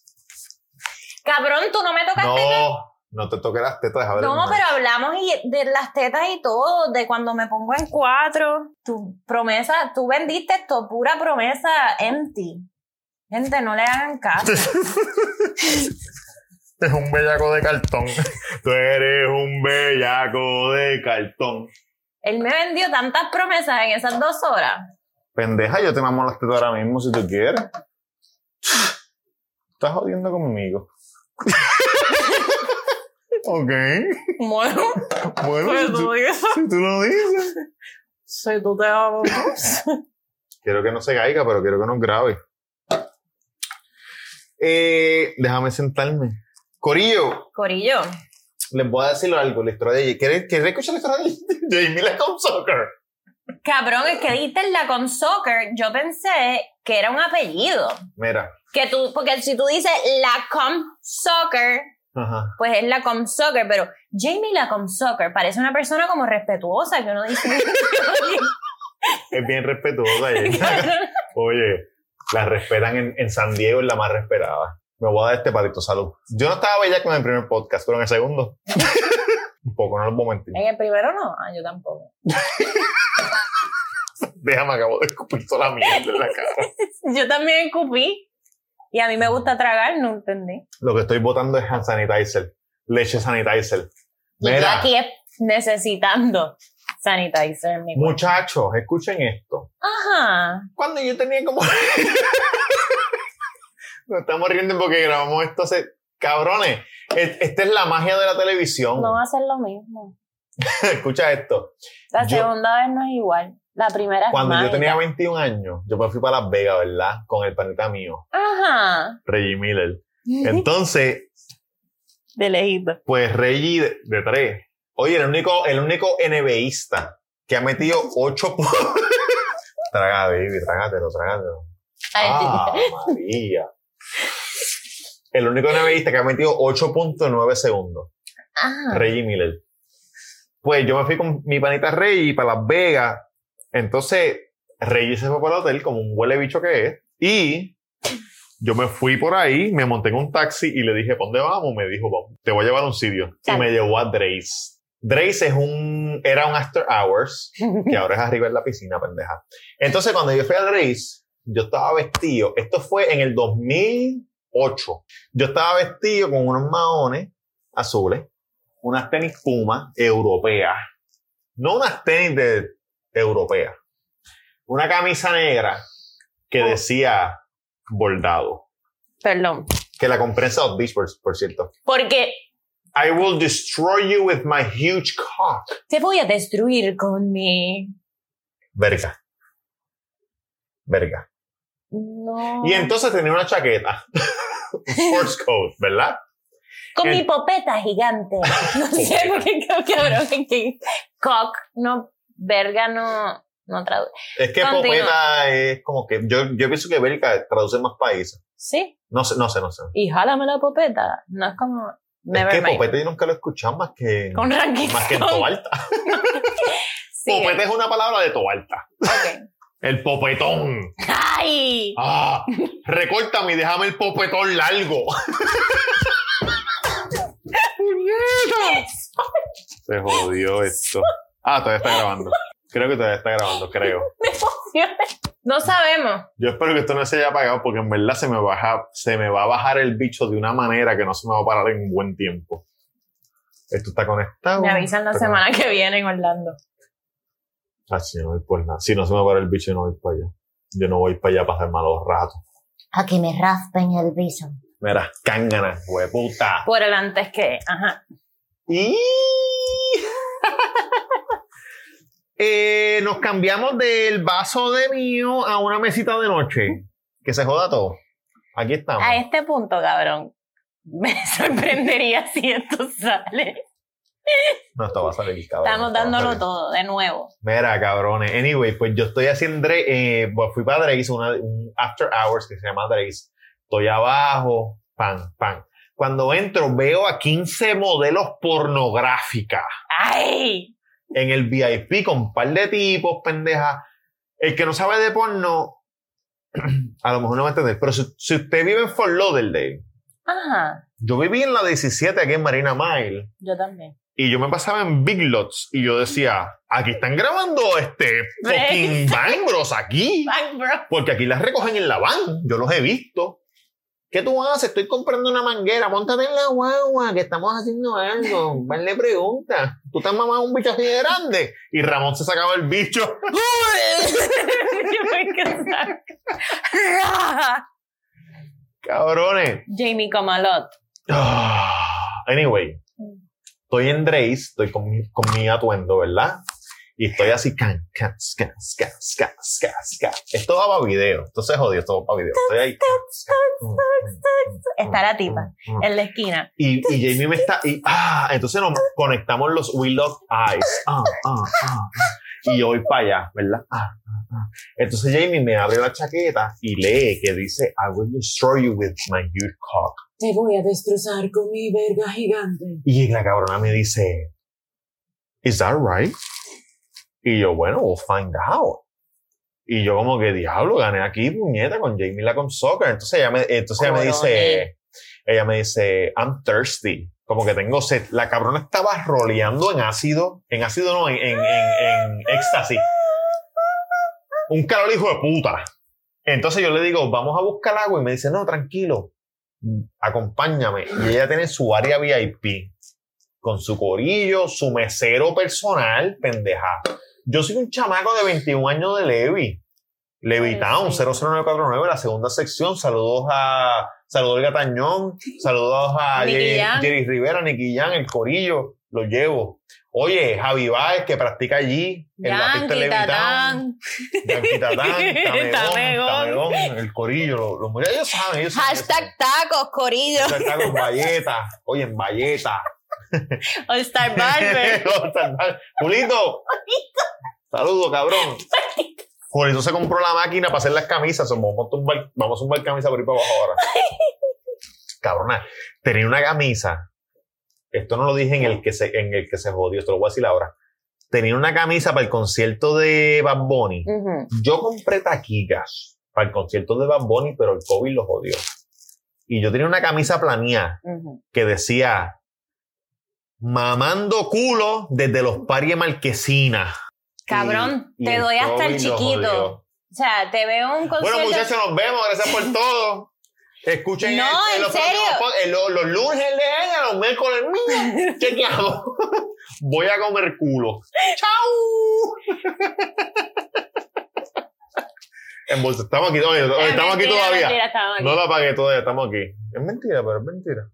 Cabrón, tú no me tocaste. No, no te toques las tetas, déjame ver el No, merch. pero hablamos y- de las tetas y todo, de cuando me pongo en cuatro. Tu promesa, tú vendiste tu pura promesa empty. Gente, no le hagan caso. Es un bellaco de cartón. Tú eres un bellaco de cartón. Él me vendió tantas promesas en esas dos horas. Pendeja, yo te mamo las tetas ahora mismo si tú quieres. Estás jodiendo conmigo. ok. Bueno, Bueno, pues si tú tú, dices, si tú lo dices. si tú te amas. Quiero que no se caiga, pero quiero que no grabe. Eh, déjame sentarme. Corillo, Corillo. les voy a decir algo, la historia de Jamie. ¿Quieren, quieren escuchar la historia de Jamie la Cum Soccer? Cabrón, es que dijiste la con soccer, yo pensé que era un apellido. Mira. Que tú, porque si tú dices la com soccer, Ajá. pues es la com soccer, pero Jamie la com soccer parece una persona como respetuosa que uno dice. Es bien respetuosa Jamie. cabrón, Oye, la respetan en, en San Diego, es la más respetada. Me voy a dar este palito, salud. Yo no estaba bella con el primer podcast, pero en el segundo. Un poco, no lo puedo mentir. en el primero no, ah, yo tampoco. Déjame, acabo de escupir toda la mierda en la cara. Yo también escupí. Y a mí me gusta tragar, no entendí. Lo que estoy botando es hand sanitizer, leche sanitizer. Y yo Mira, aquí es necesitando sanitizer en mi cuerpo. muchachos, escuchen esto. Ajá. cuando yo tenía como. Nos estamos riendo porque grabamos esto hace. Cabrones, es- esta es la magia de la televisión. No va a ser lo mismo. Escucha esto. La Yo- segunda vez no es igual. La primera es Cuando yo mágica. tenía 21 años, yo me fui para Las Vegas, ¿verdad? Con el panita mío, Ajá. Reggie Miller. Entonces, De lejito. pues Reggie de, de tres. Oye, el único, el único NBAista que ha metido ocho. pu- traga, baby, trágatelo, trágatelo. Ay, Ah, María. El único NBAista que ha metido 8.9 segundos. Ajá. Reggie Miller. Pues yo me fui con mi panita Reggie para Las Vegas. Entonces, Reggie se fue para el hotel como un huele bicho que es. Y yo me fui por ahí, me monté en un taxi y le dije, ¿para dónde vamos? Me dijo, vamos, te voy a llevar a un sitio. Y Dale. me llevó a Drace. Drace es un, era un after hours, que ahora es arriba en la piscina, pendeja. Entonces, cuando yo fui a Drace, yo estaba vestido, esto fue en el 2008. Yo estaba vestido con unos maones azules, unas tenis Puma europeas, no unas tenis de europeas, una camisa negra que decía bordado, Perdón. que la compré en South Beach, por, por cierto. Porque I will destroy you with my huge cock. te voy a destruir con mi. Verga. Verga. No. Y entonces tenía una chaqueta. Un Sports coat, ¿verdad? con en- mi popeta gigante. No sé por qué, cabrón. Que cock, no. Verga, no. No traduce. Es que Continúa. popeta es como que. Yo, yo pienso que Bélgica traduce más países. Sí. No sé, no sé, no sé. Y jálame la popeta. No es como. Never es que mind. popeta yo nunca lo he escuchado más que. Con ranking. Más que en Tobalta. Sí. Popeta es una palabra de Tobalta. ok. El popetón. ¡Ay! Ah, recórtame y déjame el popetón largo. Ah, Se jodió esto. Ah, todavía está grabando. Creo que todavía está grabando, creo. No sabemos. Yo espero que esto no se haya apagado porque en verdad se me, baja, se me va a bajar el bicho de una manera que no se me va a parar en buen tiempo. Esto está conectado. Me avisan la Está semana que viene en Orlando. conectado. Ah, si no voy por nada. Si no se me va a parar el bicho, yo no voy para allá. Yo no voy para allá a pasar malos ratos. A que me raspen el viso. Mira, cángana, hueputa. Por el antes que. Ajá. Y... Eh, nos cambiamos del vaso de mío a una mesita de noche. Que se joda todo. Aquí estamos. A este punto, cabrón. Me sorprendería si esto sale. No, esto va a salir, cabrón. Estamos Esto va a dándolo salir. todo de nuevo. Mira, cabrones. Anyway, pues yo estoy haciendo. Dra- Eh, pues fui para Drake's, una, un after hours que se llama Drake's. Estoy abajo, pan, pan. Cuando entro, veo a 15 modelos pornográficas ¡Ay! en el VIP con un par de tipos, pendeja. El que no sabe de porno, a lo mejor no va a entender, pero si, si usted vive en Fort Lauderdale, Ajá, yo viví en la 17 aquí en Marina Mile Yo también. y yo me pasaba en Big Lots y yo decía, aquí están grabando este fucking Bang Bros aquí, Bang, bro. porque aquí las recogen en la van, yo los he visto. ¿Qué tú haces? Estoy comprando una manguera, montate en la guagua, que estamos haciendo algo. Vale pregunta. ¿Tú estás mamando un bicho así de grande? Y Ramón se sacaba el bicho. Yo me cansaba. Ra. Cabrones. Jamie Comalot. Ah, Anyway, estoy en Drace, estoy con, mi- con mi atuendo, ¿verdad? Y estoy así, can, can, can, can, can, can, can. Esto va para video, entonces jodido, esto va para video. Estoy ahí. Está la tipa en la esquina. Y, y Jamie me está. Y, ah, entonces nos conectamos los We Love Eyes. Ah, ah, ah, ah. Y yo voy para allá, ¿verdad? Ah, ah, ah. Entonces Jamie me abre la chaqueta y lee que dice: I will destroy you with my huge cock. Te voy a destrozar con mi verga gigante. Y la cabrona me dice, ¿Is that right? Y yo, bueno, we'll find out. Y yo como que, diablo, gané aquí, puñeta, con Jamie la con soccer. Entonces ella me, entonces ella me dice, ella me dice, I'm thirsty. Como que tengo sed. La cabrona estaba roleando en ácido, en ácido no, en, en, en, en éxtasis. Un calor hijo de puta. Entonces yo le digo, vamos a buscar agua. Y me dice, no, tranquilo, acompáñame. Y ella tiene su área VIP con su corillo, su mesero personal, pendeja. Yo soy un chamaco de 21 años de Levi. Levi Town, Pobrecito. 00949, la segunda sección. Saludos a. Saludos a Gatañón. Saludos a Nicky Jerry, Yan. Jerry Rivera, Nicky Yan, el corillo. Lo llevo. Oye, Javi Báez, que practica allí en la pista de Yankee, Levi Town. tatán. Yankee Tatán, Tamegón, Tamegón. Tamegón, el corillo, los, los muchachos, ellos saben, ellos saben. Hashtag tacos, corillo. Hashtag tacos Valleta. Oye, en Valleta. All Star Barber. Julito. Saludo, cabrón. Julito se compró la máquina para hacer las camisas. Vamos a tumbar, vamos a tumbar camisa por ahí para abajo ahora. Cabrona, tenía una camisa. Esto no lo dije en el que se, en el que se jodió, esto lo voy a decir ahora. Tenía una camisa para el concierto de Bad Bunny. Ujú. Yo compré taquillas para el concierto de Bad Bunny, pero el COVID los jodió. Y yo tenía una camisa planeada Ujú. que decía mamando culo desde los paries marquesina. Cabrón, Y- y te doy hasta el COVID los jodió. chiquito. O sea, te veo un concierto. Bueno, pues muchachos, nos vemos. Gracias por todo. Escuchen este, No, en los, serio. próximos pod- en los, los lunes el de ella, los miércoles el mío. Chequeamos. Voy a comer culo. ¡Chao! en bolsa. Estamos aquí, todavía. Es estamos aquí mentira, todavía. mentira, estamos aquí. No la apagué todavía, estamos aquí. Es mentira, pero es mentira.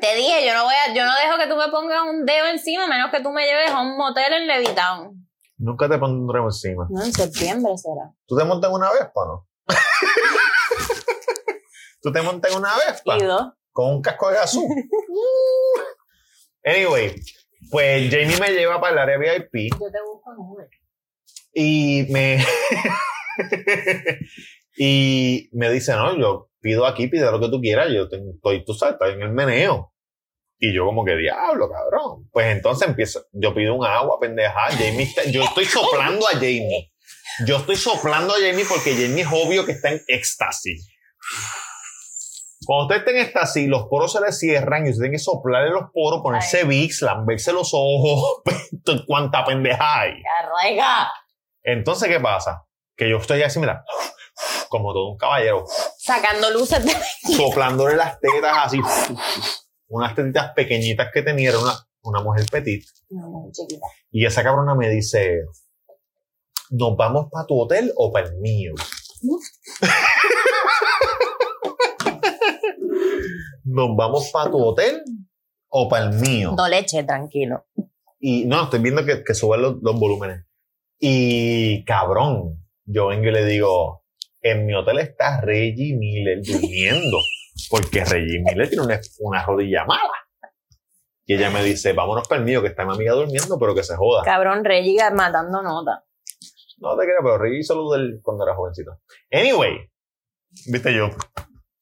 Te dije, yo no voy a, yo no dejo que tú me pongas un dedo encima, a menos que tú me lleves a un motel en Levitown. Nunca te pondremos encima. No, en septiembre será. ¿Tú te montas en una Vespa, no? ¿Tú te montas en una Vespa? Y dos. con un casco de azul. anyway, pues Jamie me lleva para el área VIP Yo te busco en Uber. y me y me dice, no, yo pido aquí, pide lo que tú quieras, yo tengo- estoy, tú sabes, estoy en el meneo. Y yo como que, diablo, cabrón. Pues entonces empieza, yo pido un agua, pendeja. Jamie está- yo estoy soplando a Jamie. Yo estoy soplando a Jamie porque Jamie es obvio que está en éxtasis. Cuando usted está en éxtasis, los poros se le cierran y usted tiene que soplarle los poros, ponerse Vicks, lamberse los ojos, pues, cuánta pendeja hay. ¡Carrega! Entonces, ¿qué pasa? Que yo estoy así, mira, como todo un caballero, Sacando luces de. soplándole las tetas así, unas tetitas pequeñitas que tenía, era una, una mujer petit. No, no, chiquita. Y esa cabrona me dice, ¿nos vamos para tu hotel o para el mío? ¿Nos vamos para tu hotel o para el mío? Do leche, tranquilo. Y no, estoy viendo que, que suben los, los volúmenes. Y cabrón, yo vengo y le digo, en mi hotel está Reggie Miller durmiendo, porque Reggie Miller tiene una, una rodilla mala. Y ella me dice, vámonos para el mío, que está mi amiga durmiendo, pero que se joda. Cabrón, Regiga matando nota. No te creo, pero Reggie hizo lo del cuando era jovencito. Anyway, viste yo,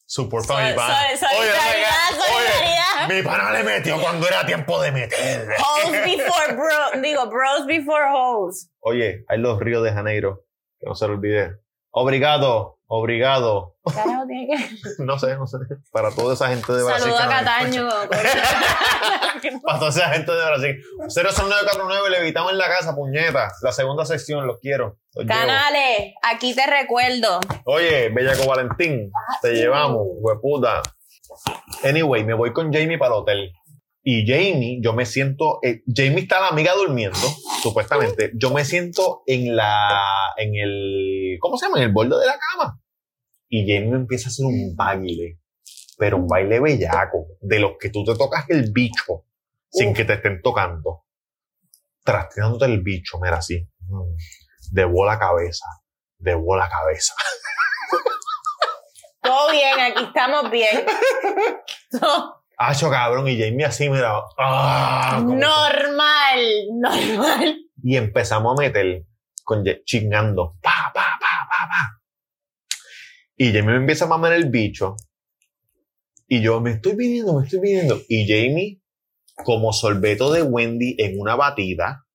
Support para mi pana. Sol- sol- solidaridad, oye, oye, solidaridad. mi pana le metió cuando era tiempo de meter. Holes before bros. Digo, bros before holes. Oye, hay los ríos de Janeiro. Que no se lo olvide. Obrigado, obrigado. Carajo, tiene que. No sé, no sé. Para toda esa gente de Brasil. Saludo que no me a Cataño. escucha. Para toda esa gente de Brasil. 06949, le evitamos en la casa, puñeta. La segunda sección, los quiero. Los llevo. Canales, aquí te recuerdo. Oye, Bellaco Valentín, te llevamos, hueputa. Anyway, me voy con Jamie para el hotel. Y Jamie, yo me siento. eh, Jamie está la amiga durmiendo, supuestamente. Yo me siento en la. en el. ¿Cómo se llama? En el borde de la cama. Y Jamie me empieza a hacer un baile. Pero un baile bellaco. De los que tú te tocas el bicho. Sin que te estén tocando. Trasteándote el bicho, mira así. Mm. Debo la cabeza. Debo la cabeza. Todo bien, aquí estamos bien. Todo Hacho Ah, cabrón, y Jamie así, mira. ¡ah! como- normal, normal. Y empezamos a meter con Ja- chingando. Pa, pa, pa, pa, pa. Y Jamie me empieza a mamar el bicho. Y yo me estoy pidiendo, me estoy pidiendo. Y Jamie, como sorbeto de Wendy en una batida,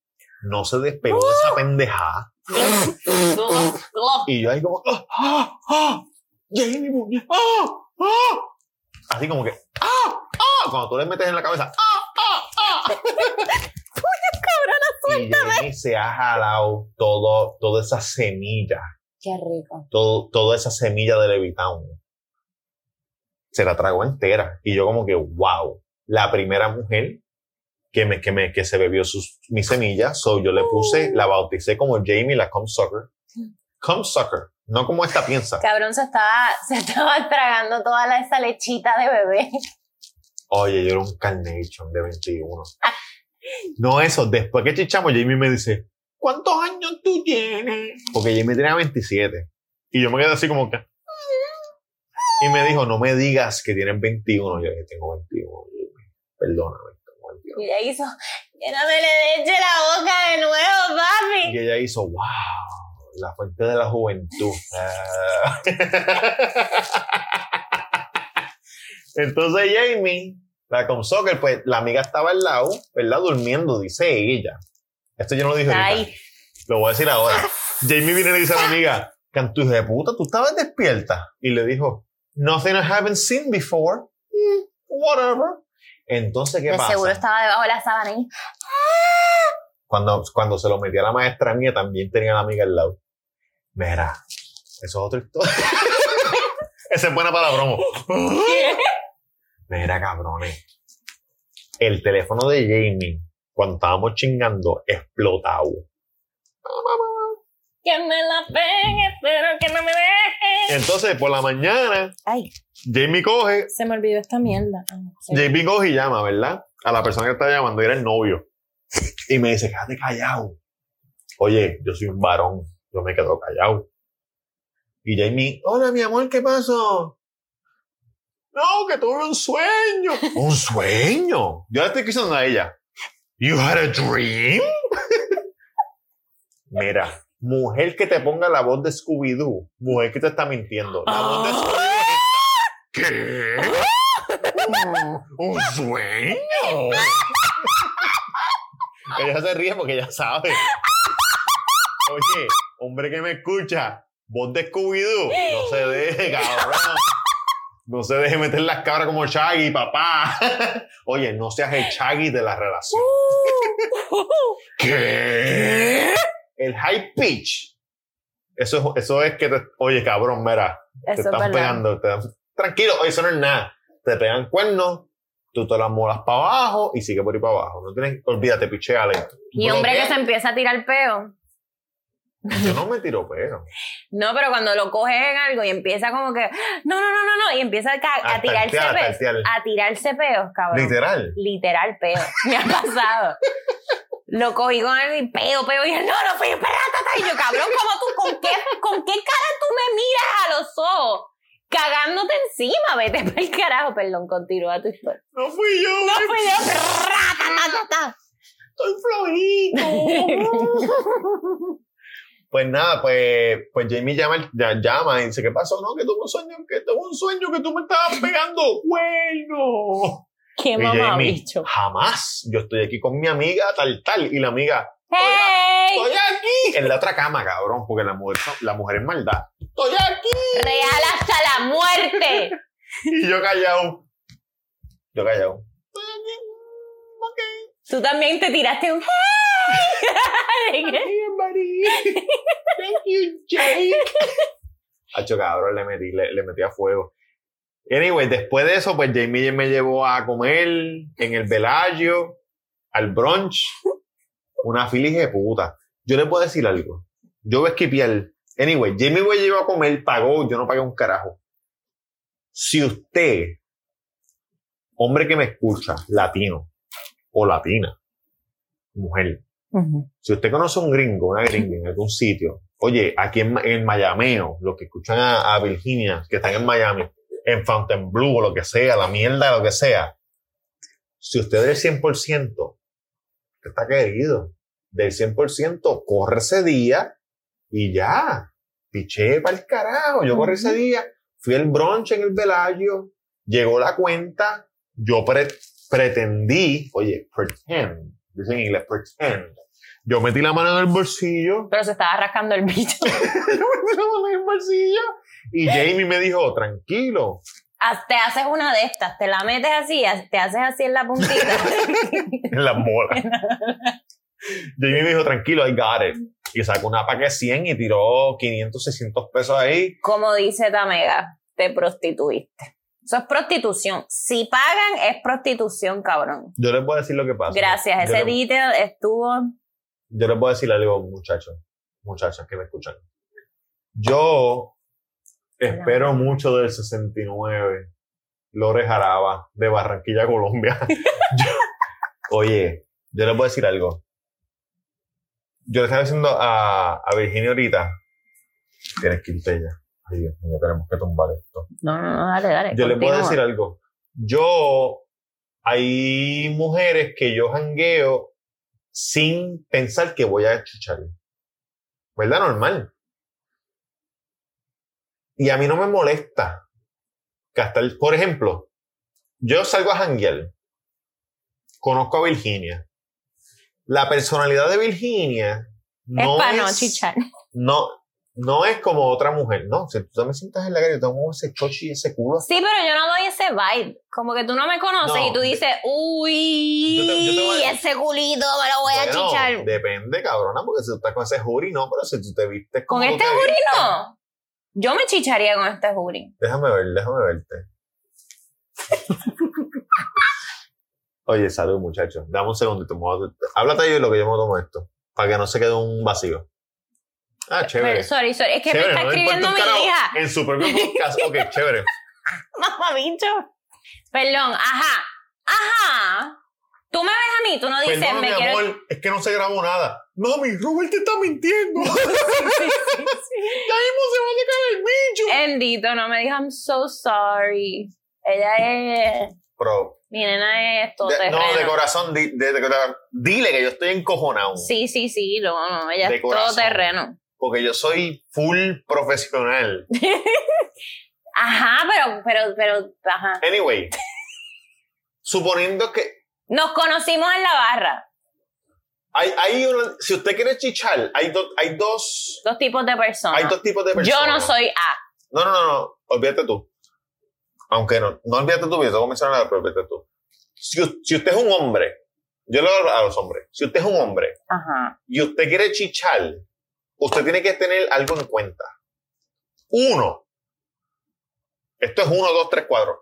no se despegó de esa pendejada. Glop, glop. Y yo ahí como, ¡ah! ¡ah! ¡ah! ¡Jamie, puñe- ¡ah! ¡ah! Así como que, ¡ah! ¡ah! Cuando tú le metes en la cabeza, ¡ah! ¡ah! ¡ah! Y Jamie se ha jalado todo, toda esa semilla, Qué rico. todo, toda esa semilla de Levitown. Se la tragó entera. Y yo como que, wow, la primera mujer que, me, que, me, que se bebió sus, mi semilla, so yo le puse, la bauticé como Jamie, la cum sucker. Cum sucker, no como esta piensa. Cabrón, se estaba, se estaba tragando toda la- esa lechita de bebé. Oye, yo era un carnation de 21. No eso, después que chichamos, Jamie me dice, ¿cuántos años tú tienes? Porque Jamie tenía 27. Y yo me quedé así como que... Y me dijo, no me digas que tienes 21. Yo le dije, tengo 21. Jamie. Perdóname, tengo 21. Y ella hizo, lléname la leche la boca de nuevo, papi. Y ella hizo, wow, la fuente de la juventud. Ah. Entonces Jamie, la con soccer, pues la amiga estaba al lado, ¿verdad? Durmiendo, dice ella. Esto yo no lo dije ahorita. Ay, Lo voy a decir ahora. Jamie viene y le dice a la amiga, canto hijo de puta, tú estabas despierta. Y le dijo, nothing I haven't seen before. Mm, whatever. Entonces, ¿qué de pasa? seguro estaba debajo de la sábana. y- cuando, cuando se lo metía la maestra mía, también tenía la amiga al lado. Mira, eso es otra historia. Esa es buena para la promo. Mira, cabrones. El teléfono de Jamie, cuando estábamos chingando, explotado. Que me la pegue, pero que no me deje. Entonces, por la mañana, Ay, Jamie coge, se me olvidó esta mierda. Ah, sí. Jamie coge y llama, ¿verdad? A la persona que estaba llamando, y era el novio. Y me dice, quédate callado. Oye, yo soy un varón, yo me quedo callado. Y Jamie, hola mi amor, ¿qué pasó? No, que tuve un sueño. ¿Un sueño? Yo le estoy diciendo a ella, ¿You had a dream? Mira, mujer que te ponga la voz de Scooby-Doo, mujer que te está mintiendo. La voz de Scooby-Doo. ¿Qué? ¿Un, un sueño? ella se ríe porque ya sabe. Oye, hombre que me escucha, voz de Scooby-Doo, no se deje, cabrón. No se deje meter las cabras como Shaggy, papá. Oye, no seas el Shaggy de la Uh, relación. ¿Qué? El high pitch. Eso, es- eso es que te- Oye, cabrón, mira. Eso te es están verdad. pegando. te dan- tranquilo, oye, eso no es nada. Te pegan cuernos, tú te las molas para abajo y sigue por ahí para abajo. No tienes, olvídate, pichéale. Y hombre que se empieza a tirar peo. Yo no me tiro pero. No, pero cuando lo coge en algo y empieza como que, no, no, no, no, no, y empieza a, ca- a A tirarse Ah, tantear, a peos. tantear. A tirarse peos, cabrón. Literal. Literal peo. Me ha pasado. Lo cogí con algo y peo, peo. Y él, no, no fui ratata. Y yo, cabrón, ¿cómo tú, con qué, con qué cara tú me miras a los ojos? Cagándote encima, vete para el carajo. Perdón, continúa tu historia. No fui yo. No fui yo. Ratata, Estoy flojito. Pues nada, pues, pues Jamie llama, ya- llama y dice, ¿qué pasó? No, que tuve un sueño, que tuve un sueño que tú me estabas pegando. Bueno. Qué Y mamá Jamie, bicho. jamás. Yo estoy aquí con mi amiga tal, tal. Y la amiga, ¡Hey! estoy aquí. En la otra cama, cabrón, porque la mujer, la mujer es maldad. Estoy aquí. Real hasta la muerte. Y yo callado. Yo callado. Estoy aquí. Ok. Tú también te tiraste un ¡Hey! Thank you, buddy. Thank you, Jake. Hacho, cabrón, le metí, le, le metí a fuego. Anyway, después de eso, pues Jamie me llevó a comer en el Velayo, al brunch. Una filis de puta. Yo le puedo decir algo. Yo voy a esquipiar. Anyway, Jamie me llevó a comer, pagó, yo no pagué un carajo. Si usted, hombre que me escucha, latino o latina, mujer, si usted conoce a un gringo, una gringa en algún sitio, oye, aquí en, Ma- en Miameo, los que escuchan a, a Virginia, que están en Miami, en Fontainebleau o lo que sea, la mierda, lo que sea, si usted es del 100%, usted está querido, del 100%, corre ese día y ya, piché para el carajo, yo corrí ese día, fui al brunch en el Velayo, llegó la cuenta, yo pre- pretendí, oye, pretend, dicen en inglés, pretend, yo metí la mano en el bolsillo. Pero se estaba rascando el bicho. yo metí la mano en el bolsillo. Y Jamie me dijo, tranquilo. Haz- Te haces una de estas, te la metes así, haz- te haces así en la puntita. En las molas. Jamie me dijo, tranquilo, I got it. Y sacó una paquete 100 y tiró 500, 600 pesos ahí. Como dice Tamega, te prostituiste. Eso es prostitución. Si pagan, es prostitución, cabrón. Yo les voy a decir lo que pasa. Gracias. Yo Ese le- detail estuvo. yo les voy a decir algo, muchachos, muchachas que me escuchan. Yo espero mucho del 69, Lore Jaraba, de Barranquilla, Colombia. Yo- oye, yo les voy a decir algo. Yo le estaba diciendo a, a Virginia ahorita, tienes que irte ya. Ay, Dios mío, tenemos que tumbar esto. No, no, no, dale, dale. Yo les puedo Eh, continúa. decir algo. Yo, hay mujeres que yo jangueo sin pensar que voy a chuchar. ¿Verdad? Normal. Y a mí no me molesta gastar. Por ejemplo, yo salgo a janguear. Conozco a Virginia. La personalidad de Virginia Es no para no es- chichar. no, no es como otra mujer. No, si tú me sientas en la calle, yo tengo ese chochi y ese culo Sí, pero yo no doy ese vibe. Como que tú no me conoces No. y tú dices, uy, Yo te- yo te voy a- ese culito me lo voy a Bueno, chichar. Depende, cabrona, porque si tú estás con ese jury, no, pero si tú te vistes como ¿Con tú este te jury vistes- no? Yo me chicharía con este jury. Déjame ver, déjame verte. Oye, salud, muchachos. Dame un segundito. me voy a- Háblate yo de lo que yo me tomo esto, para que no se quede un vacío. Ah, chévere. Pero, sorry, sorry. Es que Chévere, me está no importa escribiendo un mi carajo. hija. En su propio podcast. Ok, chévere. Mamá, bicho. Perdón, ajá. Ajá. Tú me ves a mí, tú no dices, Perdóname, me quiero. amor, es que no se grabó nada. Mami, Robert te está mintiendo. ya mismo se va a caer el bicho. Eh. Bendito, no me digas, I'm so sorry. Ella es. Bro, Mi nena es todo de- no, de terreno. corazón, di- de- de corazón, dile que yo estoy encojonado. sí, sí, sí, no, no, ella De es todo corazón. terreno. Porque yo soy full profesional. Ajá, pero, pero, pero, ajá. Anyway, suponiendo que Nos conocimos en la barra. hay, hay una- si usted quiere chichar, hay, do- hay dos, Dos tipos de personas. hay dos tipos de personas. Yo no soy A. No, no, no, no. Olvídate tú. Aunque no, no olvídate tú, porque te voy a mencionar nada, pero olvídate tú. Si, u- si usted es un hombre, yo le hablo a los hombres, si usted es un hombre Ajá. y usted quiere chichar, usted tiene que tener algo en cuenta. Uno, esto es uno, dos, tres, cuatro.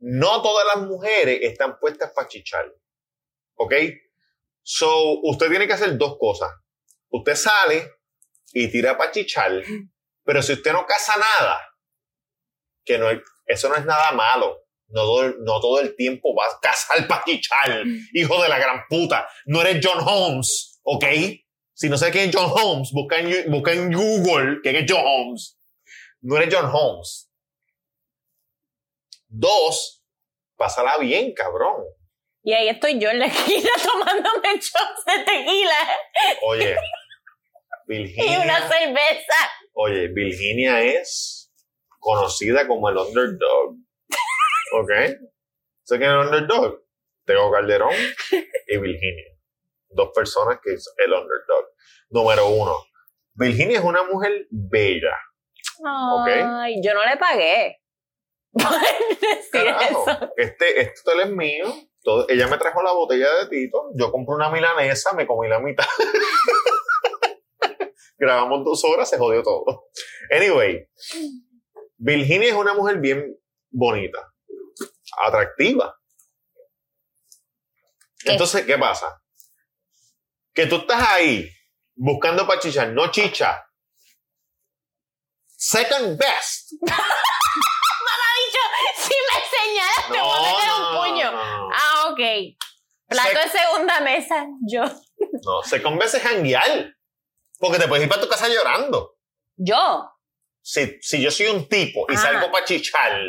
No todas las mujeres están puestas para chichar. ¿Ok? So, usted tiene que hacer dos cosas. Usted sale y tira para chichar, pero si usted no casa nada, que no, es- eso no es nada malo. No todo, no todo el tiempo vas a casar para chichar, hijo de la gran puta. No eres John Holmes, ¿ok? Si no sabes quién es John Holmes, busca en, Yu- busca en Google quién es John Holmes. No eres John Holmes. Dos, pásala bien, cabrón. Y ahí estoy yo en la esquina tomándome shots de tequila. Oye, y Virginia. una cerveza. Oye, Virginia es conocida como el underdog. ¿Ok? Sé que el underdog. Tego Calderón y Virginia. Dos personas que es el underdog. Número uno. Virginia es una mujer bella. Ok. Ay, yo no le pagué. Por decir Carajo, eso. este, este hotel es mío. Todo- ella me trajo la botella de Tito. Yo compré una milanesa, me comí la mitad. Grabamos dos horas, se jodió todo. Anyway, Virginia es una mujer bien bonita, atractiva. ¿Qué? Entonces, ¿qué pasa? Que tú estás ahí buscando para chichar, no chicha. Second best. Dicho, si me señalas, te voy a meter un puño. no, no. Ah, ok. Plato de segunda mesa, yo. No, se convence janguear. Porque te puedes ir para tu casa llorando. Yo. Si, si yo soy un tipo y Ah. salgo para chichar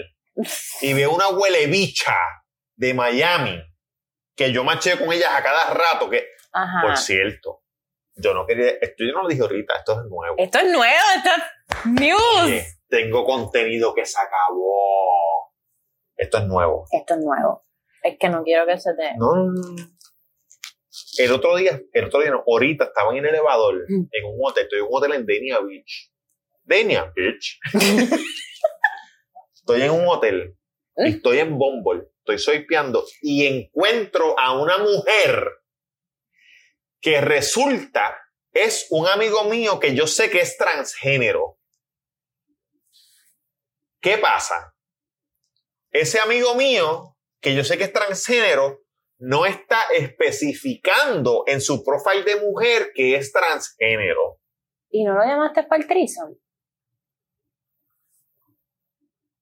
y veo una huelebicha de Miami que yo macheo con ellas a cada rato, que, Ajá. por cierto, yo no quería, esto yo no lo dije ahorita, esto es nuevo. Esto es nuevo, esto es news. Oye, tengo contenido que se acabó. Esto es nuevo. Esto es nuevo. Es que no quiero que se te. No, no, no, no. El otro día, el otro día no, ahorita estaban en el elevador, Mm. en un hotel, estoy en un hotel en Dania Beach. Dania Beach. estoy en un hotel, Mm. y estoy en Bumble, estoy soipeando y encuentro a una mujer que resulta es un amigo mío que yo sé que es transgénero. ¿Qué pasa? Ese amigo mío, que yo sé que es transgénero, no está especificando en su profile de mujer que es transgénero. ¿Y no lo llamaste para el trison?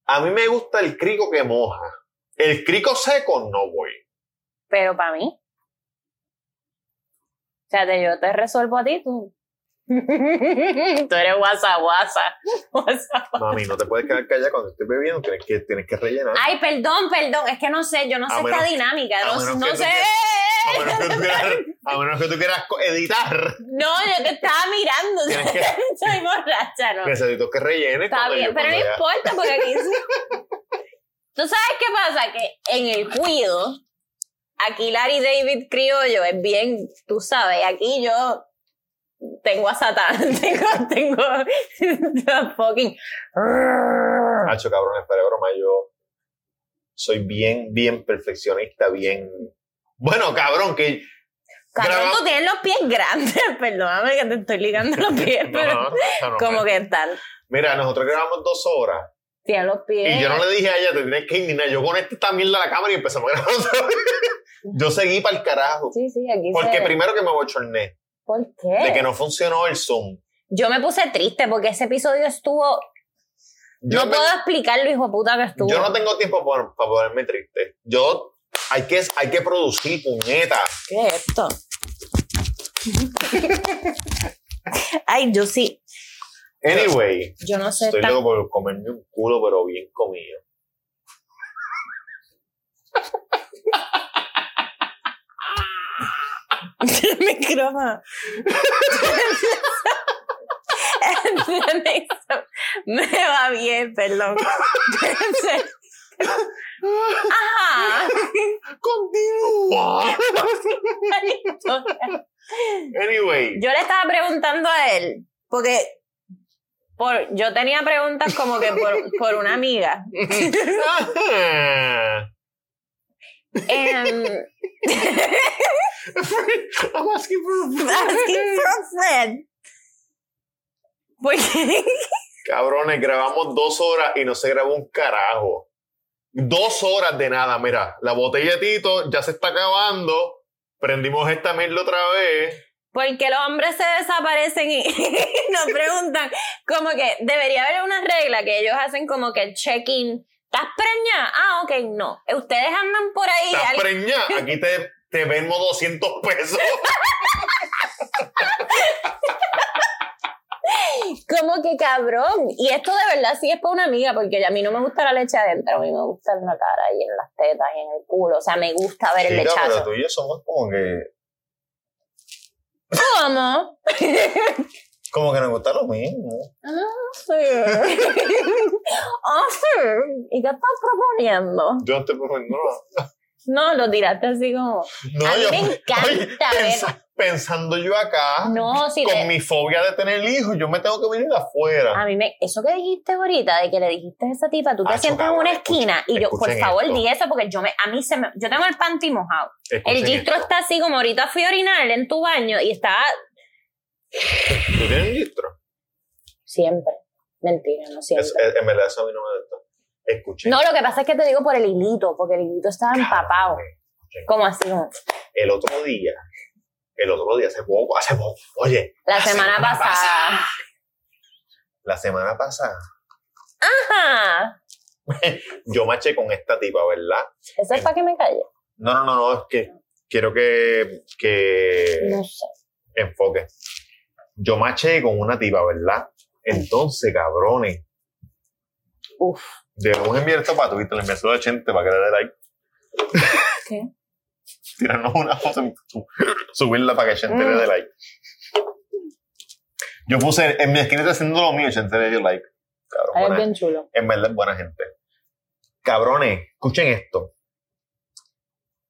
A mí me gusta el crico que moja. El crico seco no voy. Pero para mí. O sea, te- yo te resuelvo a ti, tú. tú eres guasa guasa. Guasa, guasa. Mami, no te puedes quedar callada cuando estés bebiendo, tienes que, tienes que rellenar. Ay, perdón, perdón. Es que no sé, yo no A sé menos- esta dinámica. a No, menos no que tú sé. A menos que tú quieras, a menos que tú quieras co- editar, No, yo te estaba mirando. Tienes que- Soy borracha, ¿no? necesito que rellenes. Está cuando bien, yo- pero no cuando ya- importa porque aquí ¿Tú sabes qué pasa? Que en el cuido, aquí Larry David Criollo es bien, tú sabes, aquí yo tengo a Satán, tengo, tengo a fucking... Nacho, cabrón, espera, broma. Yo soy bien, bien perfeccionista, bien. Bueno, cabrón, que. Cabrón, Graba- tú tienes los pies grandes, perdóname que te estoy ligando los pies, No, pero no, no, no, como no. que tal, Mira, nosotros grabamos dos horas tienes los pies... y yo no le dije a ella, te tienes que indignar. Yo conecté esta mierda a la cámara y empezamos a grabar otra vez. Yo seguí para el carajo. Sí, sí, aquí Porque se- primero que me bochorné ¿Por qué? de que no funcionó el Zoom. Yo me puse triste porque ese episodio estuvo Yo, no te- puedo explicar lo hijo de puta que estuvo. yo no tengo tiempo para, para ponerme triste. Yo. Hay que, hay que producir, puñeta. ¿Qué es esto? Ay, yo sí. Anyway, Yo no sé. estoy tan- loco por comerme un culo, pero bien comido. El micrófono. Me va bien, perdón. Ajá. Continúa. Anyway, Yo le estaba preguntando a él, porque por, yo tenía preguntas como que por, por una amiga. I'm Em, asking for asking for a friend. Porque Cabrones, grabamos dos horas y no se grabó un carajo. Dos horas de nada, mira, la botella de Tito ya se está acabando. Prendimos esta mierda otra vez. Porque los hombres se desaparecen y, y nos preguntan, como que debería haber una regla que ellos hacen como que el check-in. ¿Estás preñada? Ah, ok, no. Ustedes andan por ahí. Estás al- preñada. Aquí te, te vemos 200 pesos. Como que cabrón. Y esto de verdad sí es para una amiga, porque a mí no me gusta la leche adentro, a mí me gusta en la cara y en las tetas y en el culo. O sea, me gusta ver el Chica, pero lechazo. tú y yo somos como que. ¿Cómo? Como que nos gusta lo mismo. Ah, ¿Y qué estás proponiendo? Yo no estoy proponiendo nada. No, lo tiraste así como. No, A mí yo- me encanta oye, ver- pensa- pensando yo acá, No, si Ah, con te- mi fobia de tener hijos, yo me tengo que venir afuera. A mí me. Eso que dijiste ahorita, de que le dijiste a esa tipa, tú te Acho, sientas en cabrón, una Ah, escuchen- esquina y yo, por escuchen favor, esto. di eso porque yo me. A mí se me. Yo tengo el panty mojado. Escuchen El gistro esto. está así como ahorita fui a orinar en tu baño y estaba. ¿Tú tienes gistro? Siempre. Mentira, no siempre. Es- es- en verdad, eso a mí no me gusta. Escuchen. No, lo que pasa es que te digo por el hilito, porque el hilito estaba empapado. escuchen. Como así, como El otro día, el otro día, hace poco, hace poco, oye, la semana pasada. la semana pasada, Ajá. yo maché con esta tipa, ¿verdad? Eso es para que me calle. No, no, no, no, es que quiero que, que No sé. enfoque. Yo maché con una tipa, ¿verdad? Entonces, cabrones. Uf. Debemos enviar esto para Twitter, le envié solo a gente para que le dé like. ¿Qué? Tirarnos una foto y su- subirla para que gente le dé like. Yo puse en mi esquina haciendo lo mío, gente le dio like. Cabrón, Eres buena- bien chulo. en verdad es buena gente. Cabrones, escuchen esto.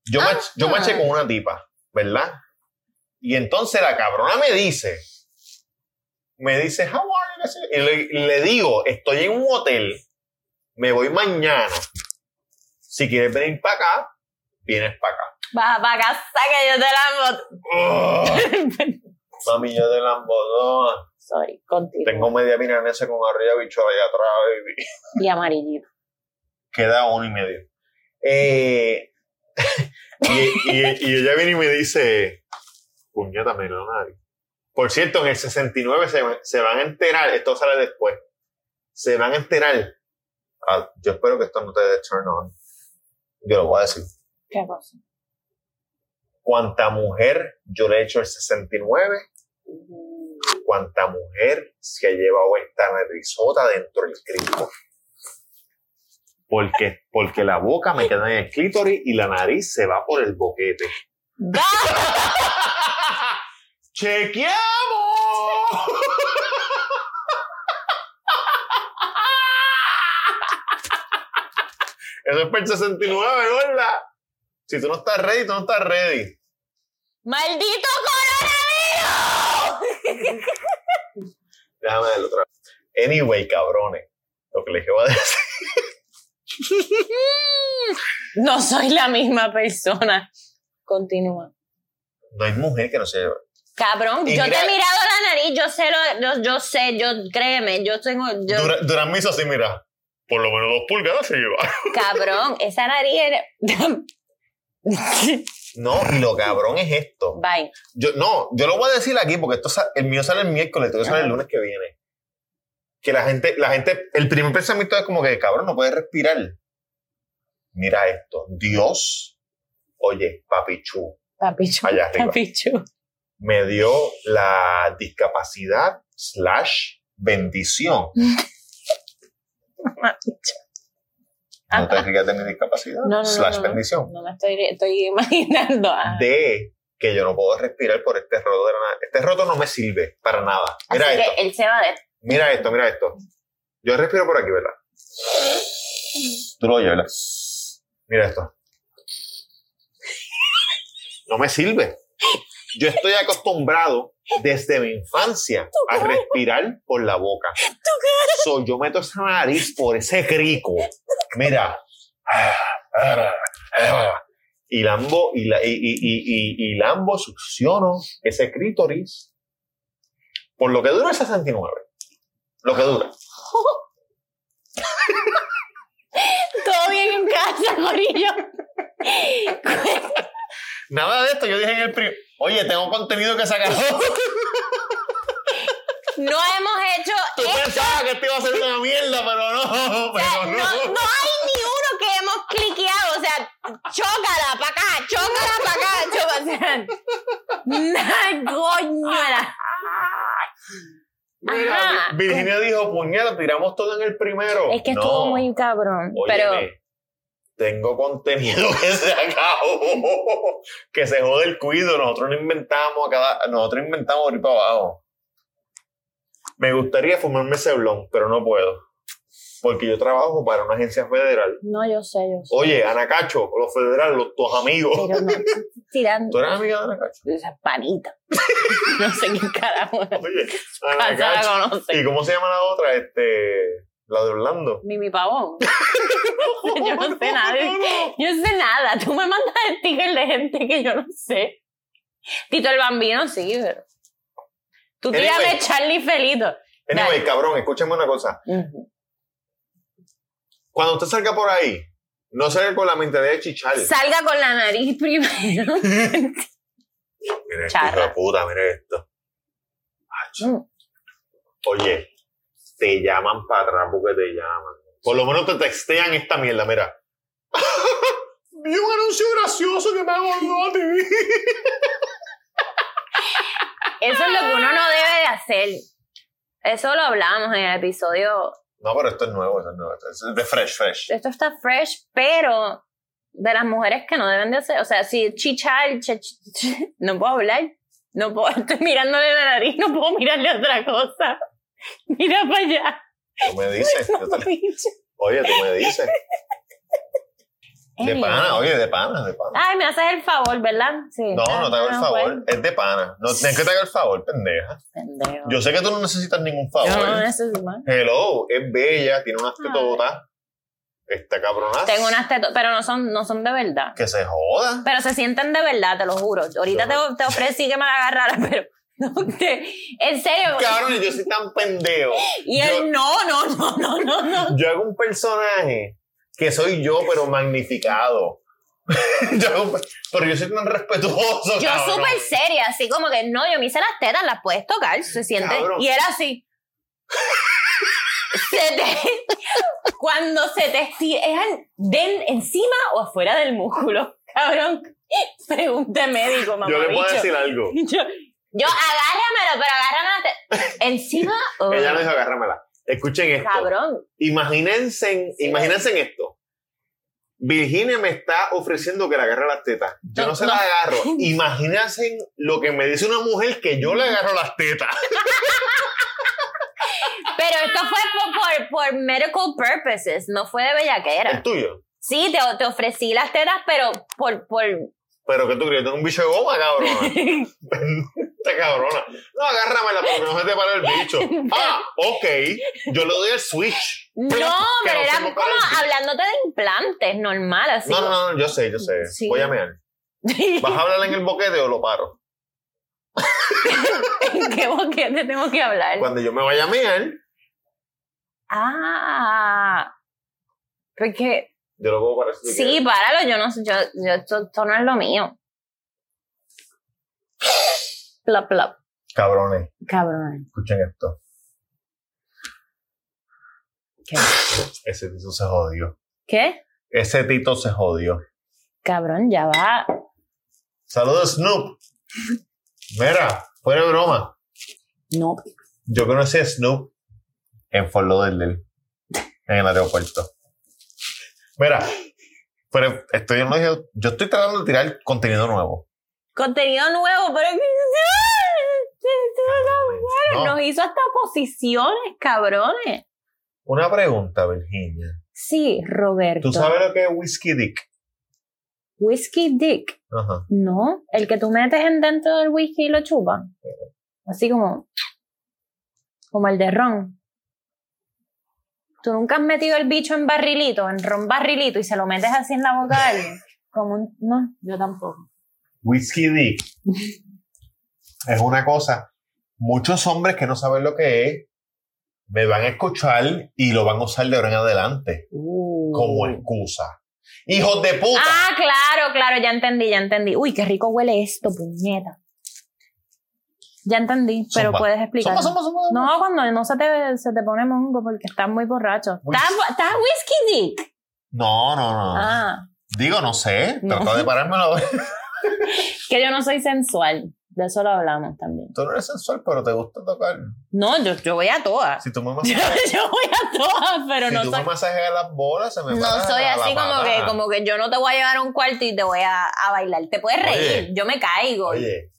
Yo, mach- yo maché con una tipa, ¿verdad? Y entonces la cabrona me dice, me dice, how are you? qué sé yo. Y le, le digo, estoy en un hotel, me voy mañana. Si quieres venir para acá, vienes para acá. Baja para casa que yo te la boto. Ugh, mami, yo del ambodón. Sorry, contigo. Tengo media milanesa con arriba bichola allá atrás, baby. Y amarillito. queda uno y medio. Eh, y, y- y ella viene y me dice, puñeta, me lo nadie. Por cierto, en el 69 se, se van a enterar, esto sale después, se van a enterar. Ah, yo espero que esto no te dé turn on. Yo lo voy a decir. ¿Qué cosa? Cuánta mujer yo le he hecho el 69, cuánta mujer se ha llevado esta risota dentro del cristo. Porque, porque la boca me queda en el clítoris y la nariz se va por el boquete. ¡Chequeamos! Eso es para el 69, ¿verdad? Si tú no estás ready, tú no estás ready. ¡Maldito Déjame verlo otra vez. Anyway, cabrones, lo que les voy a decir. coronavirus! No soy la misma persona. Continúa. No hay mujer que no se lleve. Cabrón, Y yo te mira- he mirado la nariz, yo sé, lo, yo, yo sé, yo créeme, yo tengo, yo, Dura- Durán me hizo así, mira. Por lo menos dos pulgadas se lleva. cabrón, esa nariz era... No, y lo cabrón es esto. Bye. Yo, no, yo lo voy a decir aquí porque esto sa- el mío sale el miércoles, el tuyo sale el lunes que viene. Que la gente, la gente, el primer pensamiento es como que, cabrón, no puedes respirar. Mira esto. Dios, oye, papichú, Papichu. allá arriba. Papichu. me dio la discapacidad slash bendición. Papichu. No te digas de mi discapacidad No, no, no, slash no, Ah. no. bendición. No me estoy, estoy imaginando. a- De que yo no puedo respirar por este roto de la nada. Este roto no me sirve para nada. Así Mira que esto, él se va de... mira esto, mira esto. Yo respiro por aquí, ¿verdad? Tú lo oyes, ¿verdad? Mira esto. No me sirve. Yo estoy acostumbrado desde mi infancia a respirar por la boca. So, yo meto esa nariz por ese crico. Mira. Y lambo, y, la, y, y, y, y- y lambo, succiono ese crítoris. Por lo que dura el 69. Lo que dura. Todo bien en casa, Corillo. Nada de esto, yo dije en el primer. Oye, tengo contenido que sacar. No hemos hecho. Tú pensabas que te iba a hacer una mierda, pero no, esta- pero no, no hay no. ni uno que hemos cliqueado. O sea, chócala para acá, chócala para acá, chócala. Una Ah, coñuela. Ajá. Virginia dijo, puñeta, tiramos todo en el primero. Es que No, estuvo muy cabrón. óyeme, Tengo contenido que se acabó. Que se jode el cuido. Nosotros no inventamos a cada. Nosotros inventamos por ir para abajo. Me gustaría fumarme ese blon, pero no puedo. Porque yo trabajo para una agencia federal. No, yo sé, yo sé. Oye, Anacacho, los federales, los, tus amigos. Pero no, tirando. ¿Tú eres amiga de Anacacho? Esa panita. No sé qué carajo. Oye, la Anacacho. conoce. ¿Y cómo se llama la otra? Este, la de Orlando. Mimi Pavón. yo no sé nada. Yo no sé nada. Tú me mandas stickers de gente que yo no sé. Tito el Bambino, sí, pero. Tú Anyway. tírame Charlie Felito. Anyway, cabrón, escúchame una cosa. Ujú. Cuando usted salga por ahí, no salga con la mentalidad de chichar. Salga con la nariz primero. Mira esto, Charra. hijo de puta, mira esto. Ach. Mm. Oye, te llaman para atrás porque te llaman. Por lo menos te textean esta mierda, mira. Vi un anuncio gracioso que me abordó a ti. Eso es lo que uno no debe de hacer. Eso lo hablamos en el episodio. No, pero esto es nuevo, esto es nuevo. esto Es de fresh, fresh. Esto está fresh, pero de las mujeres que no deben de hacer. O sea, si chichar, che- ch- ch- no puedo hablar. No puedo, estoy mirándole la nariz, no puedo mirarle otra cosa. Mira para allá. Tú me dices. yo te- bicho. Oye, tú me dices. De Anyway. Ah, pana, oye, de pana, de pana. Ay, me haces el favor, ¿verdad? Sí. Ah, No, no te hago el favor. Es de pana. No tienes que te haga el favor, pendeja. Yo sé que tú no necesitas ningún favor. no necesito más. Hello, es bella, tiene unas tetotas. Está cabronazo. Tengo unas tetas, pero no son, no son de verdad. Que se joda. Pero se sienten de verdad, te lo juro. Ahorita te, Yo- te ofrecí que me la agarraras, pero. No, te- en serio. Cabrón, yo soy tan pendejo. y él, yo- no, no, no, no, no, no. Yo hago un personaje que soy yo, pero magnificado. Yo hago un- pero yo soy tan respetuoso. Yo cabrón. súper seria, así como que no, yo me hice las tetas, las puedes tocar, se siente. Cabrón. Y era así. Se te- cuando se te estiran den encima o afuera del músculo, cabrón. Pregunte médico, mamá. Yo le puedo decir algo. Yo, yo agárramelo, pero agárramelo encima o. Ella me dijo, agárramela. Escuchen esto. Cabrón. Imagínense, imagínense en esto. Virginia me está ofreciendo que le agarre las tetas. Yo no, No, se no. las agarro. Imagínense en lo que me dice una mujer que yo le agarro las tetas. Pero esto fue por, por, por medical purposes, no fue de El bellaquera. tuyo. Sí, te, te ofrecí las tetas, pero por, por Pero que tú crees, tengo un bicho de goma, cabrona. Esta cabrona. No, agárramela porque no se te para el bicho. Ah, ok. Yo le doy el switch. No, Pero que pero no era se me como para el bicho. hablándote de implantes, normal, así. No, no, no, yo sé, yo sé. Sí. Voy a mear. ¿Vas a hablar en el boquete o lo paro? ¿En qué boquete tengo que hablar? Cuando yo me vaya a mear, Ah, porque, yo lo puedo parar. si sí, páralo, yo no sé, yo, yo- esto, esto no es lo mío. Plop, plop. Cabrones, Cabrón. escuchen esto. ¿Qué? Ese tito se jodió. ¿Qué? Ese tito se jodió. Cabrón, ya va. Saludos, Snoop. Mira, fuera de broma. No. Yo conocí a Snoop en Fort Lauderdale, en el aeropuerto. Mira, pero estoy en los- yo estoy tratando de tirar contenido nuevo. Contenido nuevo, pero... No. Nos hizo hasta posiciones, cabrones. Una pregunta, Virginia. Sí, Roberto. ¿Tú sabes lo que es Whiskey Dick? Whiskey Dick. Ajá. No, el que tú metes en dentro del whisky y lo chupan. Así como. Como el de ron. Tú nunca has metido el bicho en barrilito, en ron barrilito, y se lo metes así en la boca de alguien. Como un. No, yo tampoco. Whiskey Dick es una cosa. Muchos hombres que no saben lo que es me van a escuchar y lo van a usar de ahora en adelante como excusa. ¡Hijos de puta! Mm. Ah, claro, claro, ya entendí, ya entendí. Uy, qué rico huele esto, puñeta. Ya entendí, pero Zumba. puedes explicar. Somos, somos, somos. No, cuando no se te, se te pone mongo porque estás muy borracho. Whis- ¿Estás estás whisky dick? No, no, no. Ah. Digo, no sé. No. Trato de pararme la Que yo no soy sensual. De eso lo hablamos también. Tú no eres sensual, pero te gusta tocar. No, yo, yo voy a todas. Si tú me Yo, masajeas, yo voy a todas, pero si no tú soy. me masajeas las bolas, se me No para soy la así como que, patada. como que yo no te voy a llevar a un cuarto y te voy a, a bailar. Te puedes reír, yo me caigo. Oye,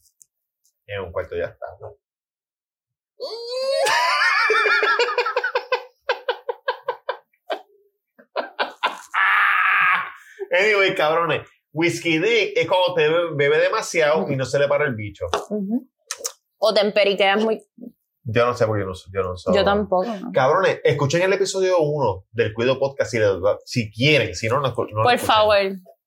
en un cuarto ya está. Anyway, cabrones. Whisky Dick es cuando te bebe, bebe demasiado y no se le para el bicho. Ujú. O te emperiqueas muy. Yo no sé porque yo no, yo no sé. Yo tampoco. ¿no? Cabrones, escuchen el episodio 1 del Cuido Podcast si, les va- si quieren, si no, no, escu- no lo Por escuchen. favor.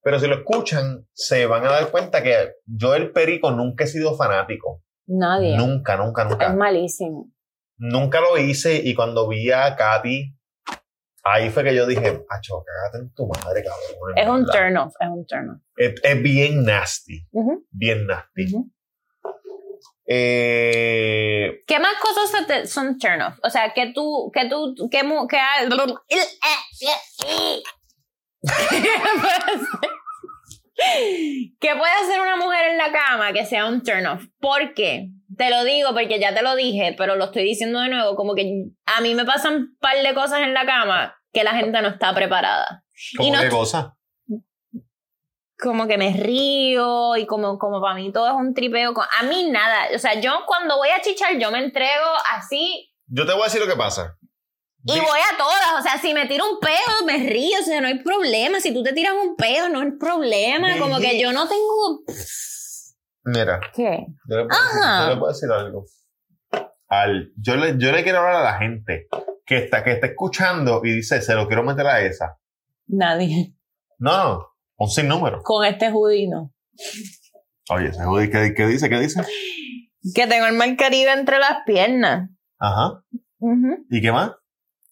Pero si lo escuchan, se van a dar cuenta que yo el perico nunca he sido fanático. Nadie. Nunca, nunca, Es nunca. malísimo. Nunca lo hice y cuando vi a Katy, ahí fue que yo dije, acho, cágate en tu madre, cabrón. Es un ¿verdad? turn off. Es un turn off. Es, es bien nasty, Ujú, bien nasty. ujú. Eh, ¿Qué más cosas se te- son turn off? O sea, que tú, que tú, que mu- que ha- ¿Qué puede hacer una mujer en la cama que sea un turn off? ¿Por qué? Te lo digo porque ya te lo dije, pero lo estoy diciendo de nuevo, como que a mí me pasan un par de cosas en la cama que la gente no está preparada. ¿Cómo no qué estoy- cosa? como que me río y como, como para mí todo es un tripeo. con- A mí nada. O sea, yo cuando voy a chichar, yo me entrego así Yo te voy a decir lo que pasa. y voy a todas. O sea, si me tiro un peo, me río. O sea, no hay problema. Si tú te tiras un peo, no hay problema. Como que yo no tengo. Mira, ¿Qué? yo le puedo, decir, Ajá. yo le puedo decir algo. Al, yo, le, yo le quiero hablar a la gente que está, que está escuchando y dice, se lo quiero meter a esa. Nadie. No, no, un sinnúmero. Con este judino. Oye, ese judí, ¿qué, qué dice? ¿Qué dice? Que tengo el mal caribe entre las piernas. Ajá. Ujú. ¿Y qué más?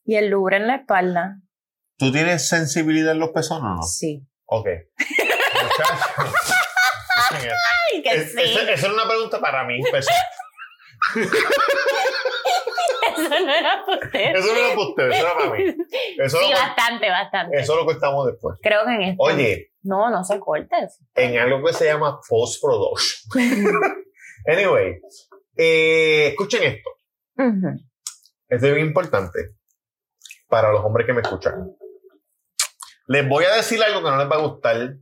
Y el lubre en la espalda. ¿Tú tienes sensibilidad en los pezones o no? Sí. Ok. Muchacho. Ay, que Es- sí. esa- esa era una pregunta para mí. pues. Eso Eso no era usted. eso no era para ustedes, eso era para mí. Eso, Sí, lo, bastante, bastante. eso lo cortamos después. Creo que en esto. Oye, No, no se cortes. en algo que se llama post production. anyway, eh, escuchen esto. Esto es bien importante para los hombres que me escuchan. Les voy a decir algo que no les va a gustar.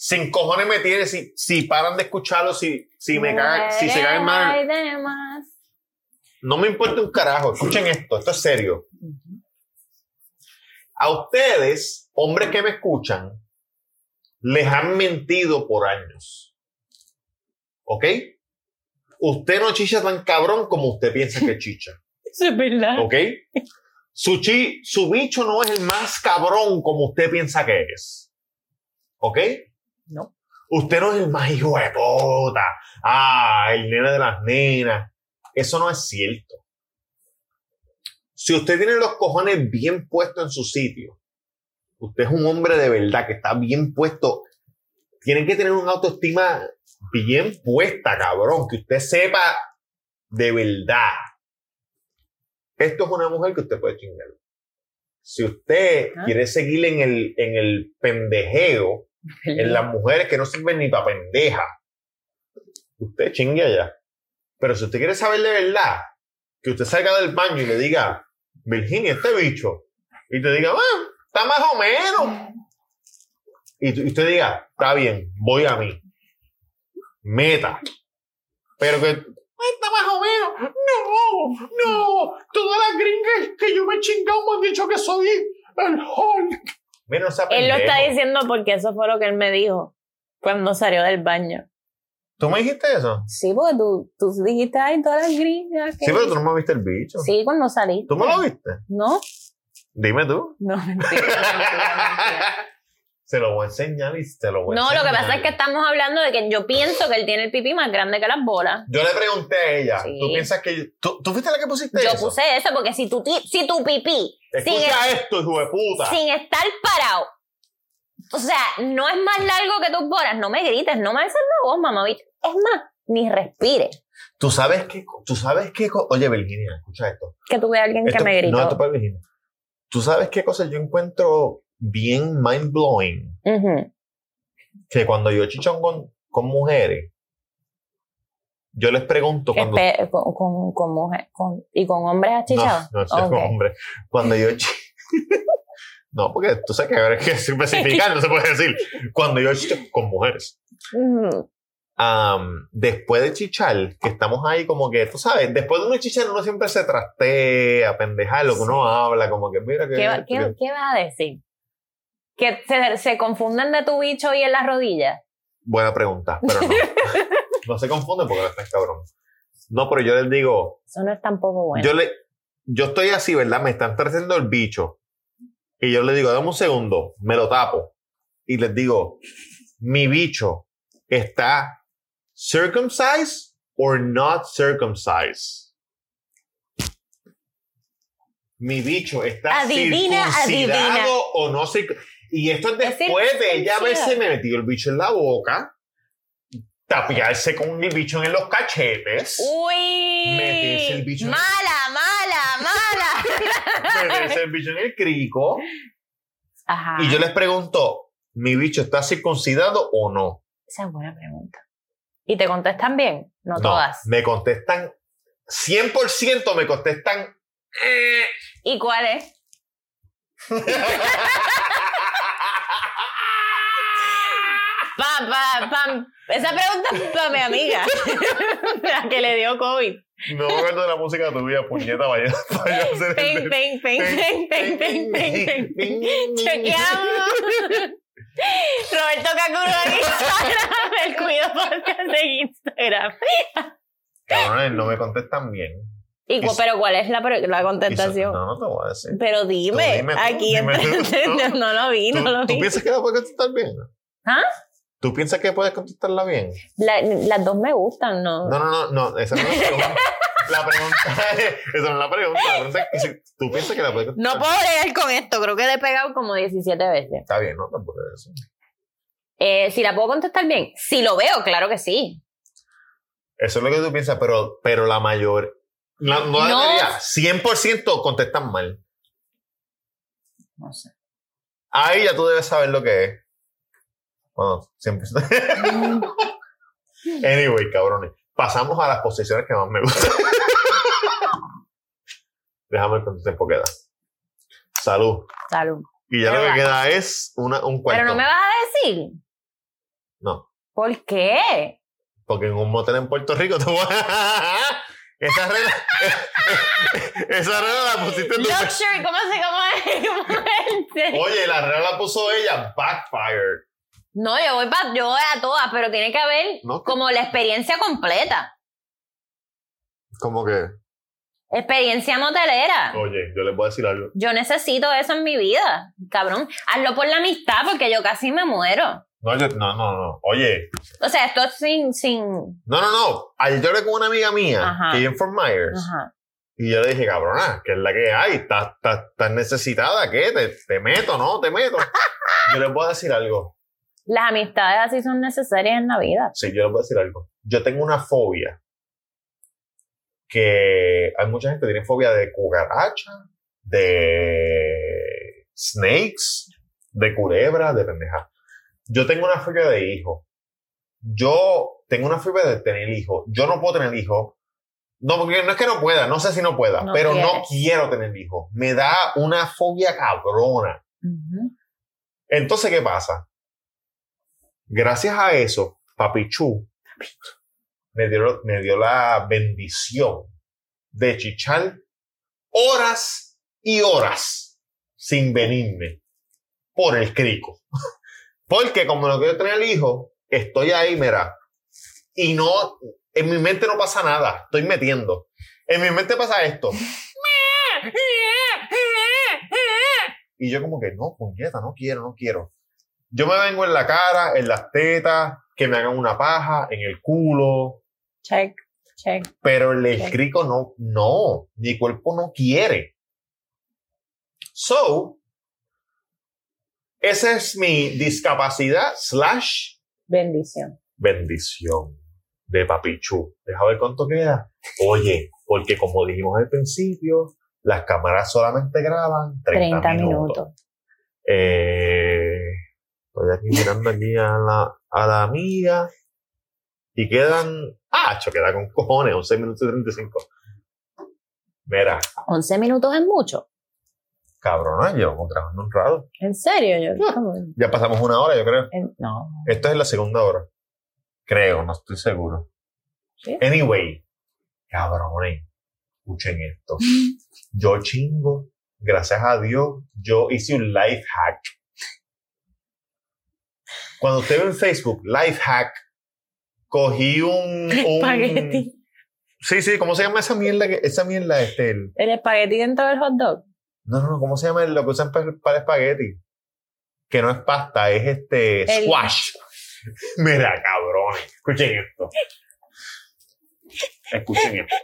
Sin cojones me tienen si, si paran de escucharlo, si, si me cagan, si se caen mal. No me importa un carajo. Escuchen esto, esto es serio. A ustedes, hombres que me escuchan, les han mentido por años. ¿Ok? Usted no chicha tan cabrón como usted piensa que chicha. Eso es verdad. ¿Ok? Su, chi- su bicho no es el más cabrón como usted piensa que es. ¿Ok? No. Usted no es el más hijo de puta. Ah, el nene de las nenas. Eso no es cierto. Si usted tiene los cojones bien puestos en su sitio, usted es un hombre de verdad que está bien puesto. Tienen que tener una autoestima bien puesta, cabrón. Que usted sepa de verdad. Esto es una mujer que usted puede chingar. Si usted Ah. quiere seguir en el, en el pendejeo, en las mujeres que no sirven ni para pendeja. Usted chingue allá. Pero si usted quiere saber de verdad, que usted salga del baño y le diga, Virginia, este bicho, y te diga, "Ah, está más o menos. Y tú- y usted diga, está bien, voy a mí. Meta. Pero que, "Ay, está más o menos. No, no. Todas las gringas que yo me he chingado me han dicho que soy el Hulk. Mira, no sea Él lo está pendejo. diciendo porque eso fue lo que él me dijo cuando salió del baño. ¿Tú me dijiste eso? Sí, porque tú, tú dijiste, ay, todas las gringas. que-". Sí, pero tú no me viste el bicho. Sí, cuando salí. ¿Tú me lo viste? No, Dime tú. no, mentira. mentira, mentira. Se lo voy a enseñar y te lo voy a No, lo enseñar. que pasa es que estamos hablando de que yo pienso que él tiene el pipí más grande que las bolas. Yo le pregunté a ella, Sí. ¿tú piensas que... yo- ¿Tú, tú fuiste la que pusiste Yo eso? puse eso porque si tu, ti- si tu pipí sin, Escucha esto, hijo de puta. sin estar parado, o sea, no es más largo que tus bolas, no me grites, no me haces la voz, mamá. bicho. Es más, ni respires. ¿Tú sabes qué? co- ¿Tú sabes qué? co- Oye, Virginia, escucha esto. que tuve a alguien que Esto- me gritó. No, esto es para Virginia. ¿Tú sabes qué cosa yo encuentro bien mind-blowing? Ujú. Que cuando yo chichón con, con mujeres, yo les pregunto Que cuando... espe- eh, con, con, con mujer- con- ¿Y con hombres achichados? No, no, soy Ok. hombre. Cuando yo. chi- no, porque tú sabes que habrá que especificar, no se puede decir. Cuando yo chicho con mujeres. Ujú. Am, después de chichar, que estamos ahí como que, tú sabes, después de uno chichar, uno siempre se trastea, pendejar, lo que uno habla, como que mira que. ¿Qué, va- esto, qué, que- qué vas a decir? que se, se confunden de tu bicho y en las rodillas? Buena pregunta, pero no. no se confunde porque no estás cabrón. No, pero yo les digo, Eso no es tampoco bueno. yo le, yo estoy así, ¿verdad? Me están trayendo el bicho. Y yo les digo, dame un segundo, me lo tapo. Y les digo, mi bicho está circumcised or not circumcised. Mi bicho está Adivina, circuncidado adivina. o no circuncidado. Y esto es Es después de ella circuncidado. haberse metido el bicho en la boca, tapiarse con el bicho en los cachetes. Uy. Metes el bicho en- mala, mala, mala. meterse el bicho en el crico. Ajá. Y yo les pregunto, ¿mi bicho está circuncidado o no? Esa es buena pregunta. ¿Y te contestan bien? No, No, todas. me contestan, 100% me contestan, eh. ¿Y cuál es? Pam, pam, pam. Esa pregunta es para mi amiga, la que le dio COVID. no me acuerdo de la música tuya, puñeta, vaya, vaya a hacer este Ping, ping, ping, ping, ping, ping, ping, ping. Chequeamos. Roberto Cacuro en Instagram, el cuido podcast de Instagram. Cabrones, no me contestan bien. ¿Y cu- Y- pero cuál es la, pre- la Y so- contestación? No, no te voy a decir. Pero dime, dime tú, aquí dime tú, entonces, ¿no? no, lo vi, ¿Tú, no lo tú vi. piensas que la puedes contestar bien? ¿Ah? ¿Tú piensas que puedes contestarla bien? La- las dos me gustan, ¿no? No, no, no, no, esa no es la pregunta. La pregunta es, esa no es la pregunta. La pregunta es que si tú piensas que la puedes No contestar. puedo bregar con esto, creo que le he pegado como 17 veces. Está bien, no, tampoco es eso. Eh, si la puedo contestar bien, si lo veo, claro que sí. Eso es lo que tú piensas, pero, pero la mayor. la- no, la No. mayoría, 100% contestan mal. No sé. Ahí ya tú debes saber lo que es. Bueno, 100%. Anyway, cabrones. Pasamos a las posiciones que más me gustan. Déjame ver cuánto tiempo queda. Salud. Salud. Y ya lo que Pero- queda es una, un cuarto. Pero no me vas a decir. No. ¿Por qué? Porque en un motel en Puerto Rico te voy a... Esa regla... Esa regla la pusiste tú. Luxury, ¿cómo se cómo es? ¿Cómo es? Oye, la regla la puso ella. Backfired. No, yo voy, pa- yo voy a todas, pero tiene que haber No, como la experiencia completa. como que... Experiencia motelera. Oye, yo les voy a decir algo. Yo necesito eso en mi vida, cabrón. Hazlo por la amistad, porque yo casi me muero. No, yo- no, no, no. Oye. O sea, esto es sin, sin. No, no, no. Ayer yo hablé con una amiga mía, Ajá. que vive en Fort Myers. Ajá. Y yo le dije, cabrona, que es la que hay, estás estás- estás necesitada, ¿qué? Te, te meto, ¿no? Te meto. Yo les voy a decir algo. Las amistades así son necesarias en la vida. Sí, yo les voy a decir algo. Yo tengo una fobia que hay mucha gente que tiene fobia de cucaracha, de snakes, de culebra, de pendeja. Yo tengo una fobia de hijo. Yo tengo una fobia de tener hijo. Yo no puedo tener hijo. No, porque no es que no pueda, no sé si no pueda, No pero no quieres. quiero tener hijo. Me da una fobia cabrona. Ujú. Entonces, ¿qué pasa? Gracias a eso, Papichú me dio, me dio la bendición de chichar horas y horas sin venirme por el crico. Porque como no quiero tener hijo, estoy ahí, mira, y no, en mi mente no pasa nada, estoy metiendo. En mi mente pasa esto. Y yo como que, no, puñeta, no quiero, no quiero. Yo me vengo en la cara, en las tetas, que me hagan una paja, en el culo, Check, check. pero el Ok. crico no, no, mi cuerpo no quiere. So, esa es mi discapacidad slash Bendición. bendición de Papichu. Deja ver cuánto queda. Oye, porque como dijimos al principio, las cámaras solamente graban 30, 30, minutos. minutos. Eh, estoy aquí mirando aquí a la, a la amiga. Y quedan. ¡Ah! cho, queda con cojones, 11 minutos y 35. Mira, 11 minutos es mucho. cabrona, llevamos trabajando un rato. ¿En serio? Yo, como- Ya pasamos una hora, yo creo. en- no. Esta es la segunda hora. Creo, no estoy seguro. ¿Sí? Anyway, cabrones, escuchen esto. Yo chingo, gracias a Dios, yo hice un life hack. Cuando usted ve en Facebook, Life Hack, cogí un. un- Espagueti. Sí, sí, ¿cómo se llama esa mierda? que- Esa mierda, este. el- El espagueti dentro del hot dog. No, no, no, ¿cómo se llama lo que usan para, para espagueti? Que no es pasta, es este. El- Squash. Mira, cabrones. Escuchen esto. Escuchen esto.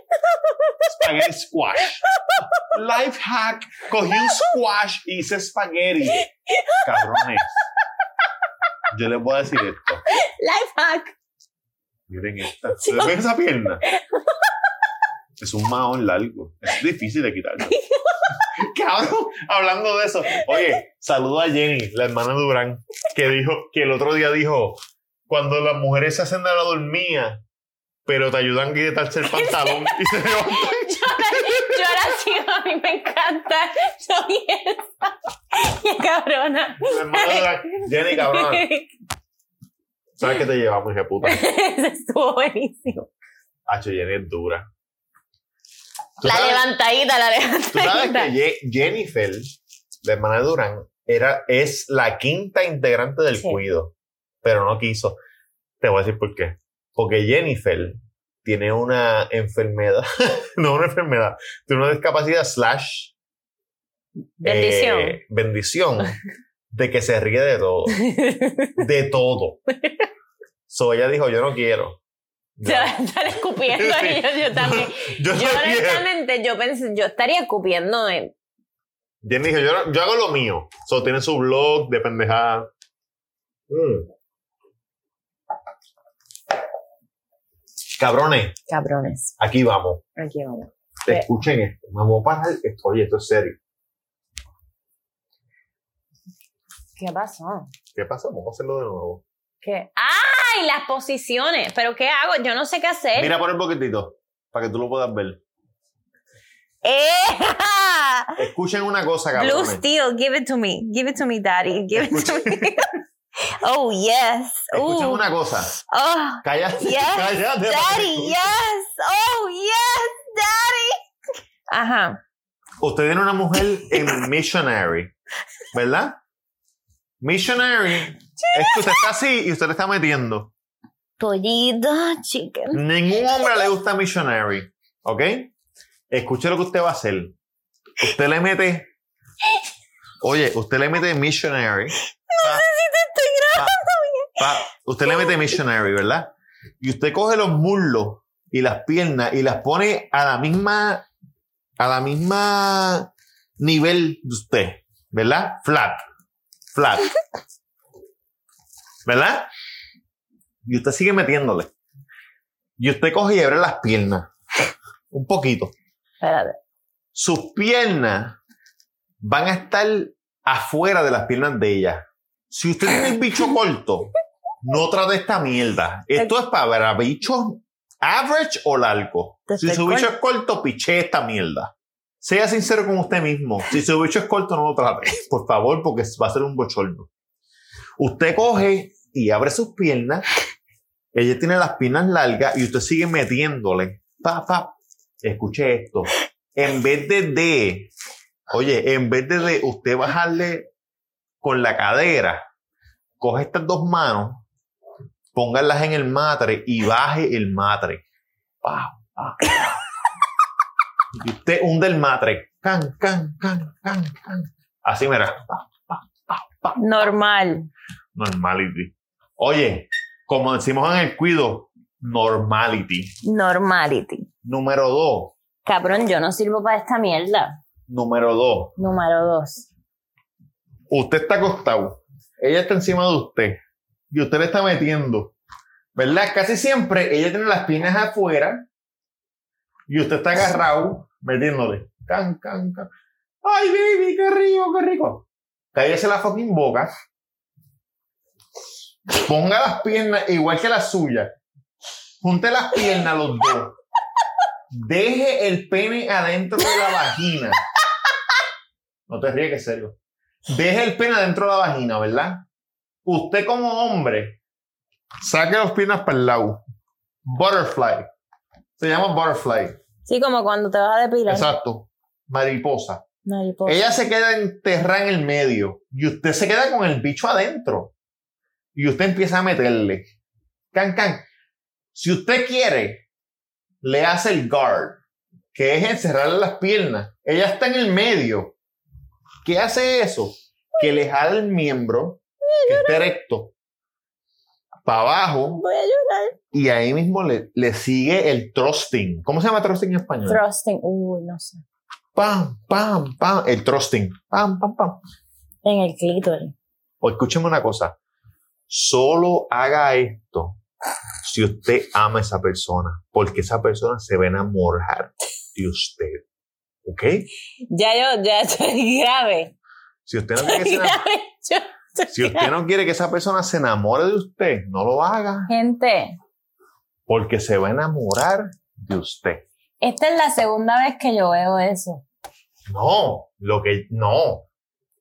Espagueti squash. Life hack. Cogí un squash y hice espagueti. Cabrones. Yo les voy a decir esto. Life hack. Miren esta. ¿Ustedes ven esa pierna? Es un mahón largo. Es difícil de quitarlo. Cabrón, hablando de eso. Oye, saludo a Jenny, la hermana Durán, que dijo, que el otro día dijo, cuando las mujeres se hacen de la dormida, pero te ayudan a quitarse el pantalón y se levantan. Yo ahora sí, a mí me encanta. Soy esa. Qué cabrona. La hermana Durán, Jenny, cabrón, ¿sabes qué te llevamos, hija de puta? Ese estuvo buenísimo. H, Jenny es dura. ¿Tú La sabes? levantadita, la Tú sabes que levantadita. Ye- Jennifer, la hermana de Durán, era, es la quinta integrante del Sí. cuido, pero no quiso. Te voy a decir por qué. Porque Jennifer tiene una enfermedad, no una enfermedad, tiene una discapacidad slash Bendición. eh, bendición de que se ríe de todo, de todo. So ella dijo, yo no quiero. Se va a estar escupiendo y yo, yo también. Yo no Yo quiero. honestamente, yo pensé, yo estaría escupiendo en- Jenny dijo, yo, yo hago lo mío. So, tiene su blog de pendejada. Mm. Cabrones, Cabrones, aquí vamos. aquí vamos. Sí. Escuchen esto. Vamos a parar esto. Oye, esto es serio. ¿Qué pasó? ¿Qué pasa? Vamos a hacerlo de nuevo. ¿Qué? ¡Ay! Las posiciones. ¿Pero qué hago? Yo no sé qué hacer. Mira por el boquetito, para que tú lo puedas ver. ¡Eh! Escuchen una cosa, Blue cabrones. Steel, give it to me. Give it to me, daddy. Give it to Escuchen, me. Oh, yes. escuchen Ooh. una cosa. Oh, Cállate, Uh. Yes, cállate. daddy, yes. Oh, yes, daddy. Ajá. Usted tiene una mujer en missionary, ¿verdad? Missionary es que usted está así y usted le está metiendo. Pollito, chicken. Ningún hombre le gusta missionary, ¿ok? Escuche lo que usted va a hacer. Usted le mete, oye, usted le mete missionary. pa- Estoy grabando. pa- usted le mete missionary, ¿verdad? Y usted coge los muslos y las piernas y las pone a la misma, a la misma nivel de usted, ¿verdad? Flat, flat, ¿verdad? Y usted sigue metiéndole. Y usted coge y abre las piernas, un poquito. Espérate. Sus piernas van a estar afuera de las piernas de ella. Si usted tiene el bicho corto, no trate esta mierda. Esto es para bichos average o largo. Te Si estoy su bicho es corto, piche esta mierda. Sea sincero con usted mismo. Si su bicho es corto, no lo trate. Por favor, porque va a ser un bochorno. Usted coge y abre sus piernas. Ella tiene las piernas largas y usted sigue metiéndole. Pa, pa. Escuche esto. En vez de de, oye, en vez de de usted bajarle con la cadera, coge estas dos manos, póngalas en el matre y baje el matre. Pa, pa, pa. Y usted hunde el matre. Can, can, can, can, can. Así mira. Pa, pa, pa, pa. Normal. Normality. Oye, como decimos en el cuido, normality. Normality. Número dos. Cabrón, yo no sirvo para esta mierda. Número dos. Número dos. usted está acostado, ella está encima de usted y usted le está metiendo, ¿verdad? Casi siempre ella tiene las piernas afuera y usted está agarrado metiéndole. Can, can, can. ¡Ay, baby, qué rico, qué rico! Cállese la fucking boca. Ponga las piernas igual que las suyas. Junte las piernas los dos. Deje el pene adentro de la vagina. No te ríes, que es serio deje el pene dentro de la vagina, ¿verdad? Usted como hombre, saque las piernas para el lado. Butterfly. Se llama butterfly. Sí, como cuando te vas a depilar. Exacto. Mariposa. Mariposa. Ella se queda enterrada en el medio y usted se queda con el bicho adentro. y usted empieza a meterle. Can, can. Si usted quiere, le hace el guard, que es encerrarle las piernas. Ella está en el medio. ¿Qué hace eso? Que le jala el miembro, que esté recto, para abajo, Voy a llorar. y ahí mismo le, le sigue el thrusting. ¿Cómo se llama thrusting en español? Frosting. Uy, no sé. pam, pam, pam, el thrusting, pam, pam, pam. En el clítoris. O Pues escúcheme una cosa, solo haga esto si usted ama a esa persona, porque esa persona se va a enamorar de usted, ¿ok? Ya yo, ya estoy grave. Si usted no quiere que, se enam- Grave, yo estoy si usted grave. no quiere que esa persona se enamore de usted, no lo haga, Gente, porque se va a enamorar de usted. esta es la segunda vez que yo veo eso. No, lo que no,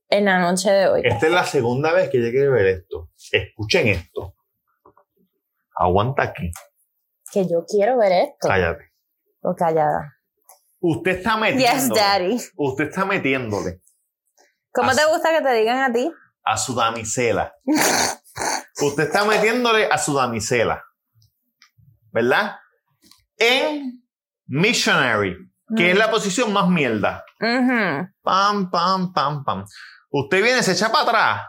En la noche de hoy. Esta es la segunda vez que llegué a ver esto. Escuchen esto. Aguanta aquí. Que yo quiero ver esto. Cállate. O callada. Usted está Yes, metiéndole. daddy. usted está metiéndole ¿Cómo Así. te gusta que te digan a ti? a su damisela. usted está metiéndole a su damisela. ¿Verdad? En missionary, que es la posición más mierda. Mm. Ujú. Pam, pam, pam, pam. Usted viene, se echa para atrás,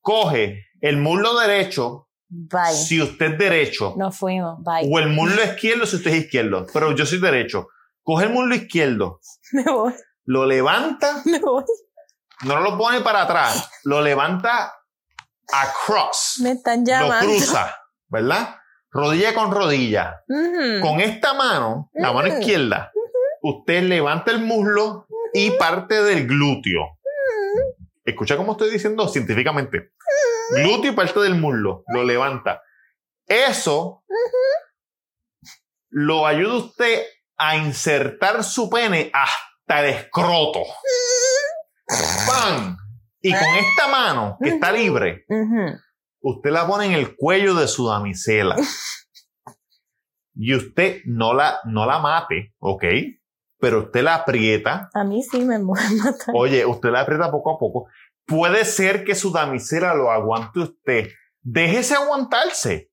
coge el muslo derecho, Bye. si usted es derecho, Nos fuimos. Bye. O el muslo izquierdo si usted es izquierdo. Pero yo soy derecho. Coge el muslo izquierdo, Me voy. lo levanta, Me voy. no lo pone para atrás, lo levanta across, Me están lo llamando. cruza, ¿verdad? Rodilla con rodilla. Ujú. Con esta mano, la mano Mm. izquierda, usted levanta el muslo y parte del glúteo. Escucha cómo estoy diciendo científicamente. Glúteo y parte del muslo, lo levanta. Eso lo ayuda usted a insertar su pene hasta el escroto. ¡Pam! Y con esta mano, que está libre, Ujú. usted la pone en el cuello de su damisela y usted no la, no la mate, ¿ok? Pero usted la aprieta, A mí sí me voy a matar. oye, usted la aprieta poco a poco. Puede ser que su damisela lo aguante usted. Déjese aguantarse.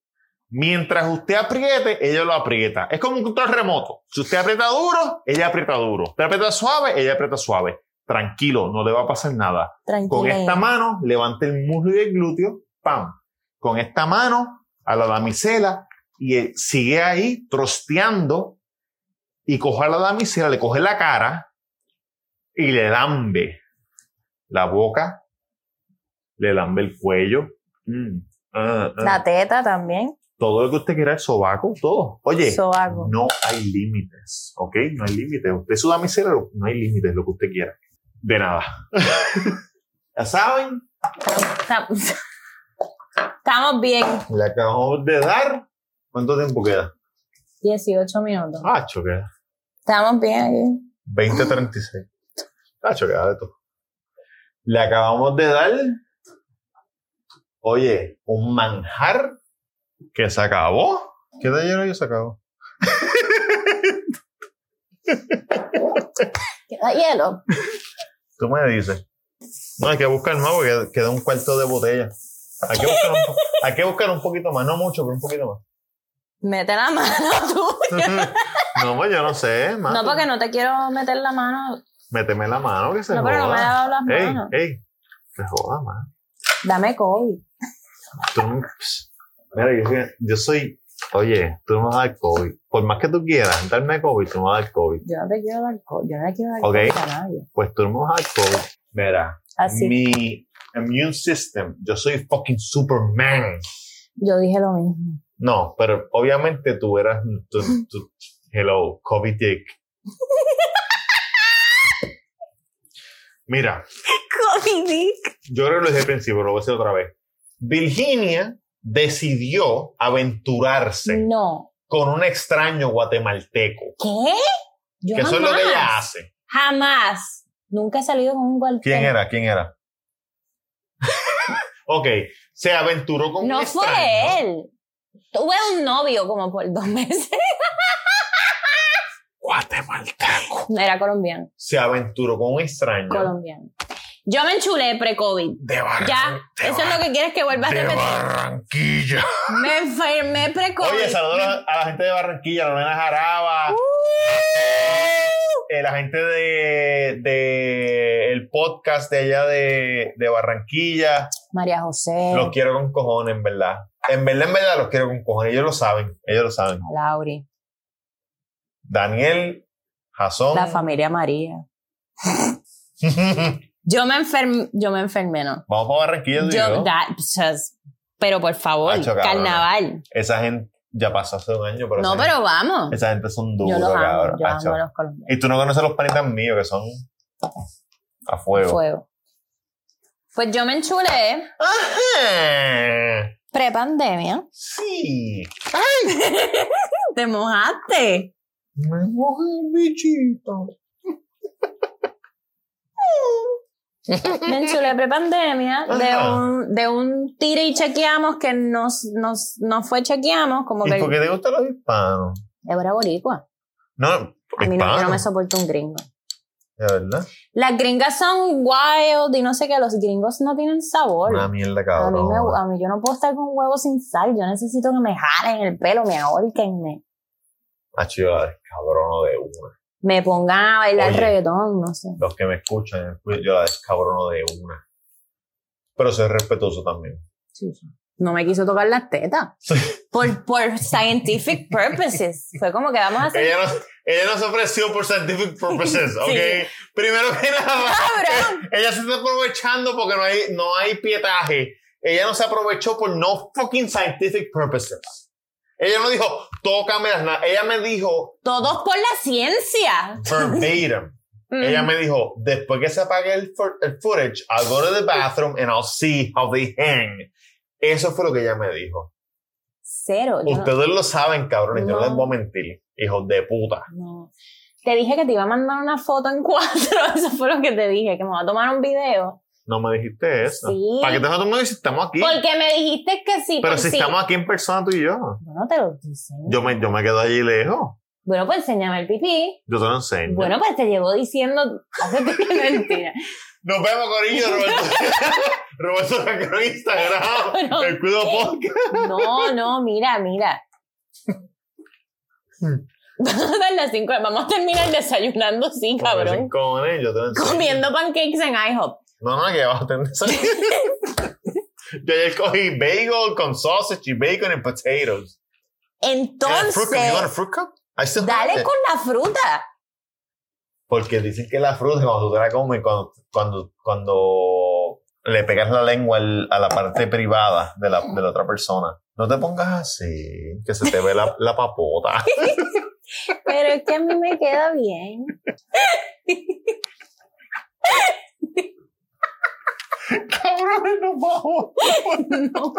Mientras usted apriete, ella lo aprieta. Es como un control remoto. Si usted aprieta duro, ella aprieta duro. Usted aprieta suave, ella aprieta suave. Tranquilo, no le va a pasar nada. Con Tranquila. esta mano, levante el muslo y el glúteo, pam. Con esta mano, a la damisela, y eh, sigue ahí trosteando, y coge a la damisela, le coge la cara, y le lambe la boca, le lambe el cuello, mm, ah, ah. La teta también. todo lo que usted quiera, el sobaco, todo. Oye, Sobaco. no hay límites, ¿ok? No hay límites. Usted es su damisela, lo- no hay límites, lo que usted quiera. De nada. ya saben, Tam- Estamos bien. le acabamos de dar. ¿Cuánto tiempo queda? 18 minutos. Ah, queda. Estamos bien aquí. 20.36. Ah, queda de todo. Le acabamos de dar, oye, un manjar que se acabó. ¿Qué de ayer hoy se acabó? Queda hielo. Tú me dices. No, hay que buscar más porque queda un cuarto de botella. Hay que, buscar un, po- hay que buscar un poquito más, no mucho, pero un poquito más. Mete la mano tú. no, pues yo no sé, mano. No, porque no te quiero meter la mano. Méteme la mano que se No, joda. pero no me he dado las ey, manos. ey, se joda, man. Dame COVID. Tú no- pss. Mira, yo soy, yo soy- oye, tú no me vas a dar COVID. Por más que tú quieras darme COVID, tú no me vas a dar COVID. Yo no te quiero dar COVID. Yo no le quiero dar Ok. COVID a nadie. Pues tú no me vas a dar COVID. Mira, Así. mi immune system, yo soy fucking Superman. Yo dije lo mismo. No, pero obviamente tú eras, tú, tú- hello, COVID dick. Mira, COVID, Dick. yo creo que lo dije al principio, lo voy a decir otra vez. Virginia decidió aventurarse No. con un extraño guatemalteco. ¿Qué? Yo Que jamás. eso es lo que ella hace. Jamás. Nunca he salido con un guardián. ¿Quién era? ¿Quién era? ok, se aventuró con No un fue extraño. él. Tuve un novio como por dos meses. Guatemalteco. Era colombiano. Se aventuró con un extraño. Colombiano. Yo me enchulé pre-COVID. De Barran- Ya, de eso es lo Barran- que quieres que vuelva a de repetir. Barranquilla. Me enfermé pre-COVID. Oye, saludos a, a la gente de Barranquilla, la nena Uh. Jaraba, eh, la gente de, de el podcast de allá de, de Barranquilla. María José, Los quiero con cojones, en verdad. En verdad, en verdad, los quiero con cojones. Ellos lo saben, ellos lo saben. Lauri, Daniel, Jason. la familia María. Yo me enfermé, yo me enfermé, no. Vamos para Barranquilla, tú y Yo, yo. that- just- pero por favor, Hacho, cabrón. carnaval. Esa gente ya pasó hace un año, pero, No, esa, pero vamos. gente, esa gente son Yo duros, los amo, cabrón. yo Hacho. amo a los colombianos. Y tú no conoces los panitas míos que son a fuego. Fuego. Pues yo me enchulé Ajá. pre-pandemia. Sí. Te mojaste. Me mojé el bichito. Me enchulé pre-pandemia de Ajá. un, de un tire y chequeamos que nos, nos, nos fue chequeamos como ¿Y que por qué te gustan los hispanos? era boricua. No, A mí no, yo no me hispanos. soporta un gringo. De verdad. Las gringas son wild y no sé qué, los gringos no tienen sabor. Una mierda, A mí, cabrón. me- a mí yo no puedo estar con huevos sin sal. Yo necesito que me jalen el pelo, me ahorquen, me, Hacho, yo, ay, cabrono de una. me pongan a bailar Oye. reggaetón, no sé. Los que me escuchan, yo la descabrono de una. Pero soy respetuoso también. No me quiso tocar las tetas. Sí. Por, por scientific purposes. Fue como que vamos a hacer. Ella nos, ella nos ofreció por scientific purposes, ¿ok? Primero que nada, ¡Cabrón! ella se está aprovechando porque no hay, no hay pietaje. Ella no se aprovechó por no fucking scientific purposes. Ella no dijo, tócame las nalgas. Ella me dijo, Todos por la ciencia. Mm. verbatim. Ella me dijo, después que se apague el, fu- el footage, I'll go to the bathroom and I'll see how they hang. Eso fue lo que ella me dijo. Cero. yo no- Ustedes lo saben, cabrones. Yo no No. les voy a mentir, hijos de puta. no. Te dije que te iba a mandar una foto en cuatro. Eso fue lo que te dije, que me va a tomar un video. No me dijiste eso. Sí. ¿Para qué te vas a tomar si estamos aquí? Porque me dijiste que sí. Pero por si sí. estamos aquí en persona tú y yo. Bueno, te lo enseño. Yo me, yo me quedo allí lejos. Bueno, pues enséñame el pipí. Yo te lo enseño. Bueno, pues te llevo diciendo. Hace tiempo- mentira. Nos vemos, Corillo, Roberto. Roberto Cacro en Instagram. Bueno. el cuido podcast. No, no, mira, mira. Mm. Vamos a dar las cinco. Vamos a terminar desayunando, sí, cabrón. Con él, yo te lo enseño. Comiendo pancakes en IHOP. No, no, que vas a tener esa- Yo ayer cogí bagel con sausage y bacon and potatoes. And a fruit cup. You want a Entonces, fruit cup? I still have dale it. con la fruta. Porque dicen que la fruta, cuando tú te la comes, cuando, cuando, cuando le pegas la lengua al- a la parte privada de la, de la otra persona, no te pongas así, que se te ve la, la papota. Pero es que a mí me queda bien. Cabrones, no vamos. No,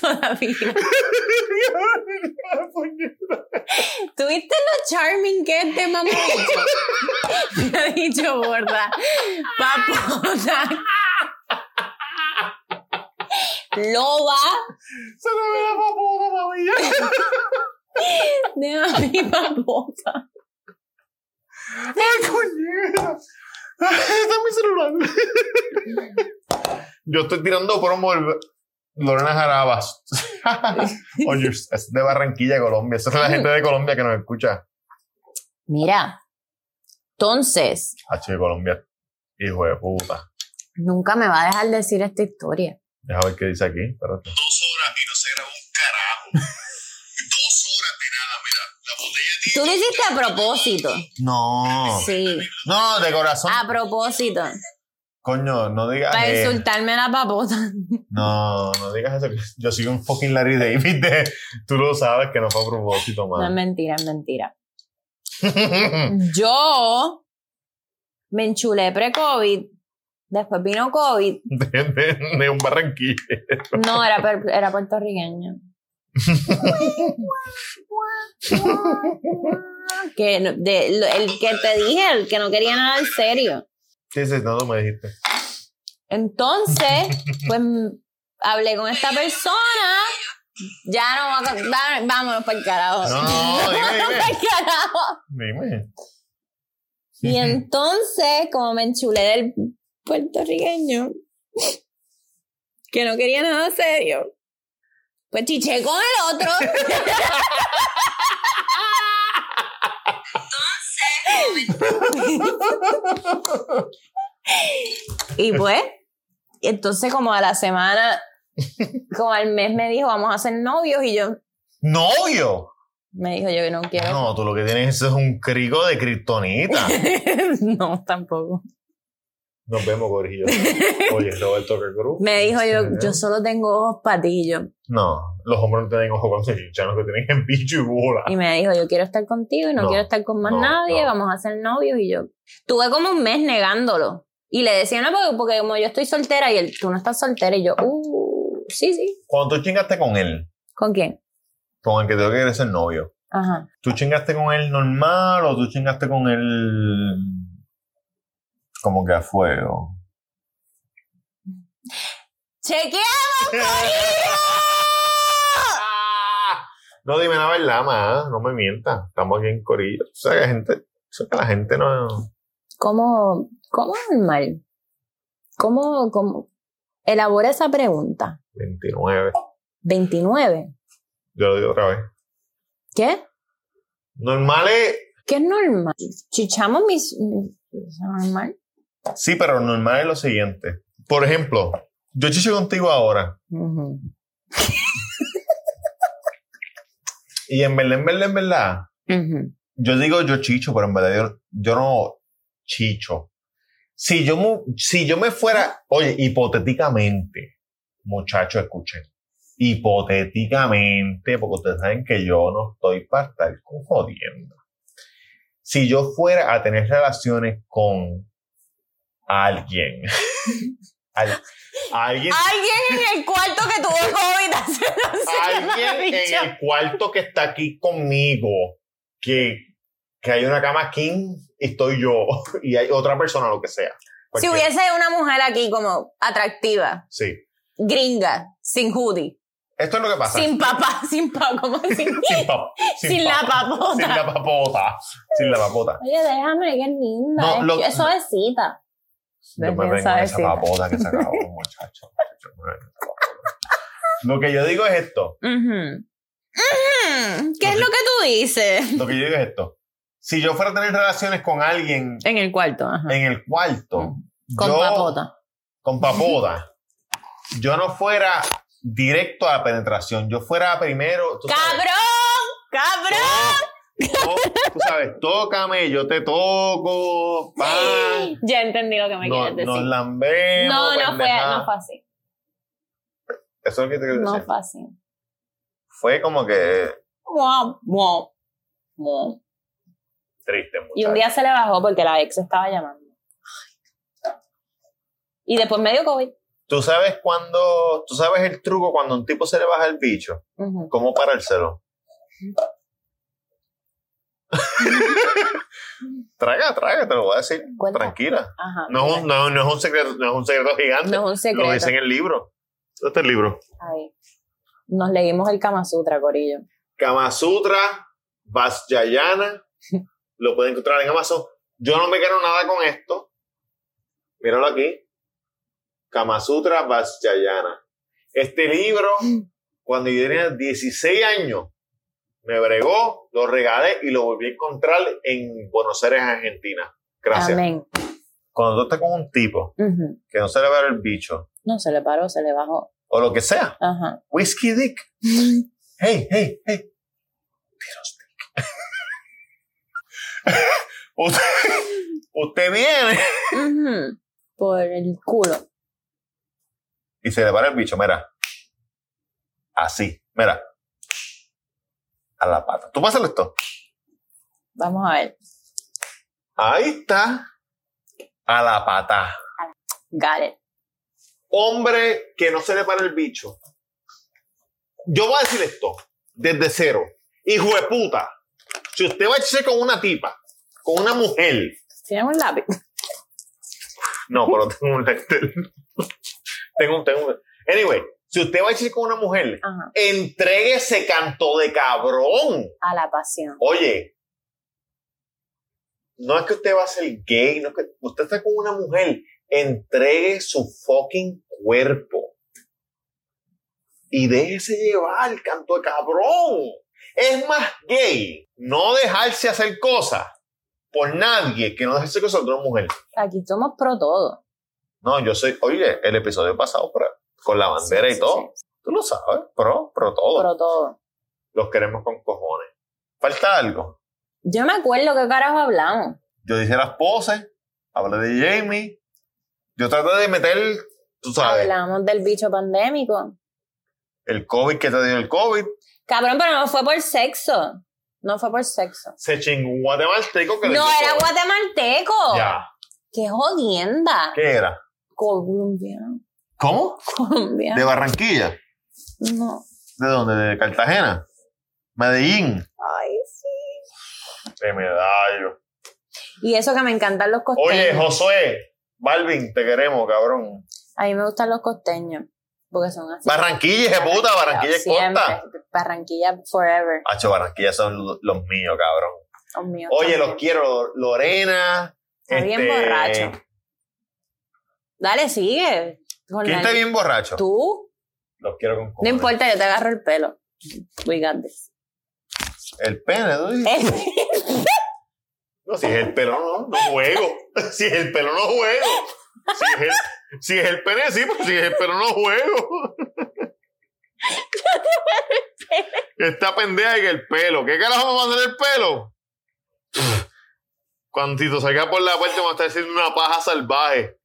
todavía. ¿Tuviste lo charming que es de mamabicho? Me ha dicho gorda. Papota. Loba. Se me ve la papota, mami. Deja mi papota. ¡Ay, coñera! ¡Ay, está mi celular! Yo estoy tirando promo el- Lorena Jarabas. Oye, es de Barranquilla, Colombia. Esa es la gente de Colombia que nos escucha. Mira. Entonces, H de Ah, Colombia. Hijo de puta. nunca me va a dejar decir esta historia. Deja ver qué dice aquí. Espérate. dos horas y no se grabó un carajo. dos horas de nada, mira. La botella de Tú lo hiciste a propósito. No. Sí, Ah, No, de corazón. a propósito. Coño, no digas Para eh, insultarme a la papota. No, no digas eso. que Yo soy un fucking Larry David. de- Tú lo sabes que no fue a propósito, No es man. mentira, es mentira. Mm. Yo me enchulé pre-COVID, después vino COVID. de, de- de un barranquilla. No, era, per- era puertorriqueño. que no- de- lo- el que te dije, el que no quería nada en serio. Sí, sí, no, no me dijiste. Entonces, pues m- hablé con esta persona. Ya no va a contar. Vámonos para el No, carajo. no, no, dime, vámonos dime. para el carajo. Dime. Y entonces, como me enchulé del puertorriqueño que no quería nada serio, pues chiché con el otro. y pues, entonces como a la semana, como al mes me dijo, vamos a ser novios y yo ¡Novio! me dijo, yo que no quiero. No, tú lo que tienes es un crico de kriptonita. no tampoco. Nos vemos, Gorillo. Oye, Roberto, qué cruz. Me dijo yo, yo solo tengo ojos para ti y yo. ¿eh? No, los hombres no tienen ojo con chichanos que tienen en bicho y bola. Y me dijo, yo quiero estar contigo y no, No, quiero estar con más no, nadie, no. vamos a ser novios. Y yo tuve como un mes negándolo. Y le decía, no, porque, porque como yo estoy soltera y él, tú no estás soltera. Y yo, uh, sí, sí. Cuando tú chingaste con él, ¿Con quién? con el que te quieres ser novio, Ajá. ¿tú chingaste con él normal o tú chingaste con él como que a fuego? ¡Chequea! No, dime la verdad, ma, no me mientas. Estamos aquí en Corillo. O sea, que la gente, o sea, que la gente no... ¿Cómo, cómo normal? ¿Cómo, cómo? Elabora esa pregunta. 29. 29. Yo lo digo otra vez. ¿Qué? Normal es... ¿Qué es normal? Chichamos mis... mis- ¿es normal? Sí, pero normal es lo siguiente. Por ejemplo, yo chicho contigo ahora. Ujú. Y en verdad, en verdad, en verdad, Ujú. yo digo yo chicho, pero en verdad yo, yo no chicho. Si yo, mu- si yo me fuera, oye, hipotéticamente, muchachos, escuchen, hipotéticamente, porque ustedes saben que yo no estoy para estar con jodiendo. Si yo fuera a tener relaciones con alguien, al- alguien, Alguien en el cuarto que tuvo COVID hace no sé alguien bicho. en el cuarto que está aquí conmigo, que, que hay una cama king y estoy yo, y hay otra persona, lo que sea. Si Cualquiera. hubiese una mujer aquí como atractiva, Sí. gringa, sin hoodie, Esto es lo que pasa. sin papá, sin papá, como sin... Sin pap- sin la pap- papota. Sin la papota. Sin la papota. Oye, déjame, qué linda. No, es- lo- es suavecita. Yo me Desde vengo esa de esa vecina. papota que se acabó, muchacho. Yo me vengo de esa papota. Lo que yo digo es esto. Ujú. Ujú. ¿Qué es lo que tú dices? Lo que yo digo es esto. Si yo fuera a tener relaciones con alguien En el cuarto, ajá. en el cuarto, Con yo- papota. con papoda, yo no fuera directo a la penetración, yo fuera primero. tú sabes, ¡Cabrón! ¡Cabrón! to- to- tú sabes, tócame, yo te toco, pan, Ya entendí lo que me nos, quieres decir. nos lambemos. no, no fue, pendeja. no fue así. Eso es lo que te quiero No decir. fue así. Fue como que Guau, guau, guau. triste. Y un muchacho. día se le bajó porque la ex estaba llamando. Y después medio COVID. Tú sabes cuando, tú sabes el truco cuando a un tipo se le baja el bicho, Ujú. cómo parárselo. traga, traga, te lo voy a decir. Cuenta. Tranquila. Ajá. No, es un- no, no es un secreto, no es un secreto gigante. No es un secreto. Lo dice en el libro. ¿Dónde está Este el libro? Ay. Nos leímos el Kama Sutra, Corillo. Kama Sutra, Vajrayana. lo pueden encontrar en Amazon. Yo no me quiero nada con esto. Míralo aquí. Kama Sutra, Vajrayana. Este libro, cuando yo tenía 16 años, me bregó, lo regalé y lo volví a encontrar en Buenos Aires, Argentina. Gracias. Amén. Cuando tú estás con un tipo Ujú. que no se le ve el bicho No, se le paró, se le bajó. o lo que sea, Ajá. Whiskey Dick. Hey, hey, hey. Tiros Dick. usted, usted viene. Ujú. Por el culo. Y se le para el bicho, mira. Así, mira. A la pata. ¿Tú pásale esto? Vamos a ver. Ahí está. A la pata. Got it. Hombre que no se le para el bicho. Yo voy a decir esto desde cero. Hijo de puta. Si usted va a echarse con una tipa, con una mujer, Tenemos un lápiz. No, pero tengo un lector. tengo un, tengo un. Anyway, si usted va a ir con una mujer, Ajá. entregue ese canto de cabrón. A la pasión. Oye, no es que usted va a ser gay, no es que usted está con una mujer. entregue su fucking cuerpo. Y déjese llevar, canto de cabrón. Es más gay no dejarse hacer cosas por nadie que no dejarse hacer cosas por otra mujer. Aquí somos pro todo. No, yo soy, oye, el episodio pasado pro, con la bandera Sí, y sí, todo. sí, Tú lo sabes, pro, pro todo. Pro todo. Los queremos con cojones. Falta algo. Yo me acuerdo qué carajo hablamos. Yo dije las poses, hablé de Jamie. Yo traté de meter, tú sabes, Hablamos del bicho pandémico. el COVID que te dio el COVID. Cabrón, pero no fue por sexo. No fue por sexo. Se chingó un guatemalteco que le No, dio era COVID. guatemalteco. Ya. Qué jodienda. ¿Qué era? Colombiano. ¿Cómo? Colombiano. De Barranquilla. No. ¿De dónde? De Cartagena. Medellín. Ay, sí. De medallo. Y eso que me encantan los Oye, costeños. Josué. Balvin, te queremos, cabrón. A mí me gustan los costeños. Porque son así. Barranquilla, je puta, Barranquilla es Siempre. costa. Barranquilla forever. Hacho, Barranquilla son lo- los míos, cabrón. Dios mío. Oye, los también. quiero, Lorena. este, Está bien borracho. Dale, sigue. Con ¿Quién la- está bien borracho? Tú. Los quiero con No cojones. importa, yo te agarro el pelo. We got this. El pene, tú dices. No, si es el pelo, no, no juego. Si es el pelo, no juego. Si es el, si es el pene, sí, pero si es el pelo, no juego. Esta pendeja que el pelo. ¿Qué carajo vamos a hacer el pelo? Cuando Tito salga por la puerta, vamos a estar haciendo una paja salvaje.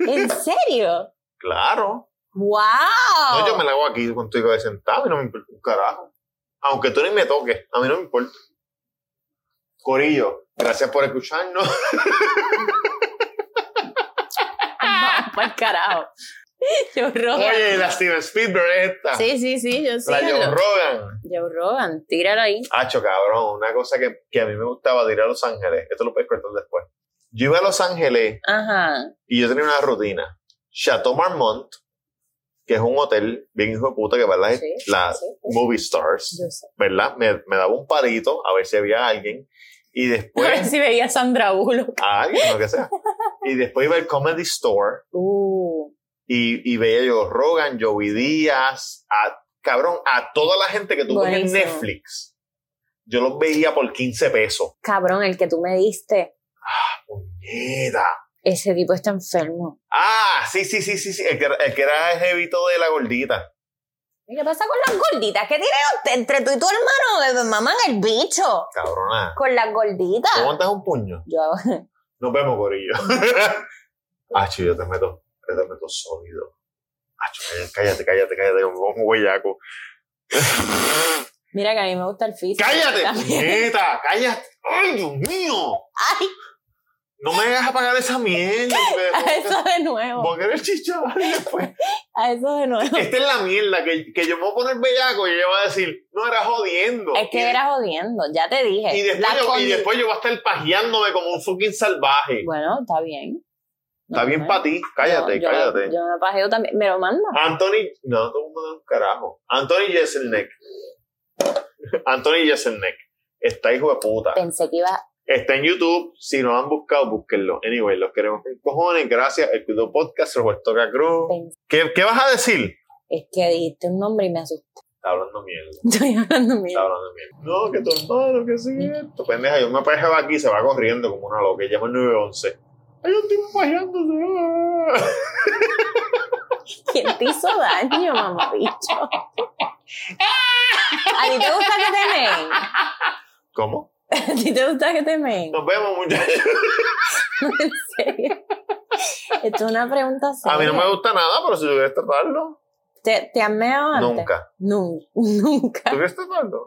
¿En serio? Claro. ¡Wow! No, Oh. yo me la hago aquí contigo de sentado, a mí no me importa un carajo. Aunque tú ni me toques, a mí no me importa. Corillo, gracias por escucharnos. Vamos pa'l carajo. Yo Rogan. Oye, la Steven Spielberg es esta. Sí, sí, sí, yo sí. la John Joe Rogan. Rogan, tíralo ahí. Hacho, cabrón, una cosa que, que a mí me gustaba de ir a Los Ángeles. Esto lo puedes cortar después. Yo iba a Los Ángeles Ajá. y yo tenía una rutina. Chateau Marmont, que es un hotel bien hijo de puta que va las, Sí, las sí, sí. movie stars, Yo sé. ¿verdad? Me, me daba un parito a ver si había alguien. Y A ver después... si veía a Sandra Bullock. a alguien, lo que sea. Y después iba al Comedy Store Uh, y, y veía yo Rogan, Joey Díaz, a, cabrón, a toda la gente que tú ves en Buenísimo. Netflix. Yo los veía por 15 pesos. cabrón, el que tú me diste. ¡Puñeta! Ese tipo está enfermo. Ah, sí, sí, sí, sí, sí. El que, era- el que era el jevito de la gordita. ¿Y ¿Qué pasa con las gorditas? ¿Qué tiene usted entre tú y tu hermano? Mamá, el bicho. Cabrona. Con las gorditas. ¿Te aguantas un puño? Yo Nos vemos, gorillo. Acho, yo te meto, yo te meto sólido. Acho, cállate, cállate, cállate, como un huellaco. Mira que a mí me gusta el físico. ¡Cállate! También. ¡Puñeta! ¡Cállate! ¡Ay, Dios mío! ¡Ay! No me hagas apagar esa mierda. A porque- eso de nuevo. Voy a querer chichar después. A eso de nuevo. Esta es la mierda que, que yo me voy a poner bellaco y ella va a decir, no, era jodiendo. Es Y- que era jodiendo, ya te dije. Y después, Las yo, y condi- después yo voy a estar pajeándome como un fucking salvaje. Bueno, está bien. Está bien para ti. Cállate, yo, cállate. Yo me pajeo también. Me lo manda. Anthony. No, todo el mundo da un carajo. Anthony Jeselnik. Anthony Jeselnik. Está hijo de puta. Pensé que iba. Está en YouTube. Si no lo han buscado, búsquenlo. Anyway, los queremos con cojones. Gracias. El Cuido Podcast, Roberto Cacruz. pens- ¿Qué, ¿Qué vas a decir? Es que dijiste un nombre y me asusté. Está hablando mierda. Estoy hablando mío. Está hablando mierda. No, que tu hermano, que sí, esto. Pendeja, yo me pajeo aquí y se va corriendo como una loca. y Llama el 911. Ay, yo estoy pajeándose. ¿Quién te hizo daño, mamá bicho? ¿A ti te gusta que te meen? ¿A ¿Cómo? ti te gusta que te meen? Nos vemos, muchachos. En serio. Esto es una pregunta seria. A mí no me gusta nada, pero si tú quieres tratarlo, ¿Te, te han meado antes? nunca. Nun- Nunca. ¿Tú quieres tratarlo?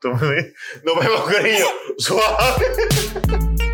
Tú me dices, Nos vemos, querido. Suave.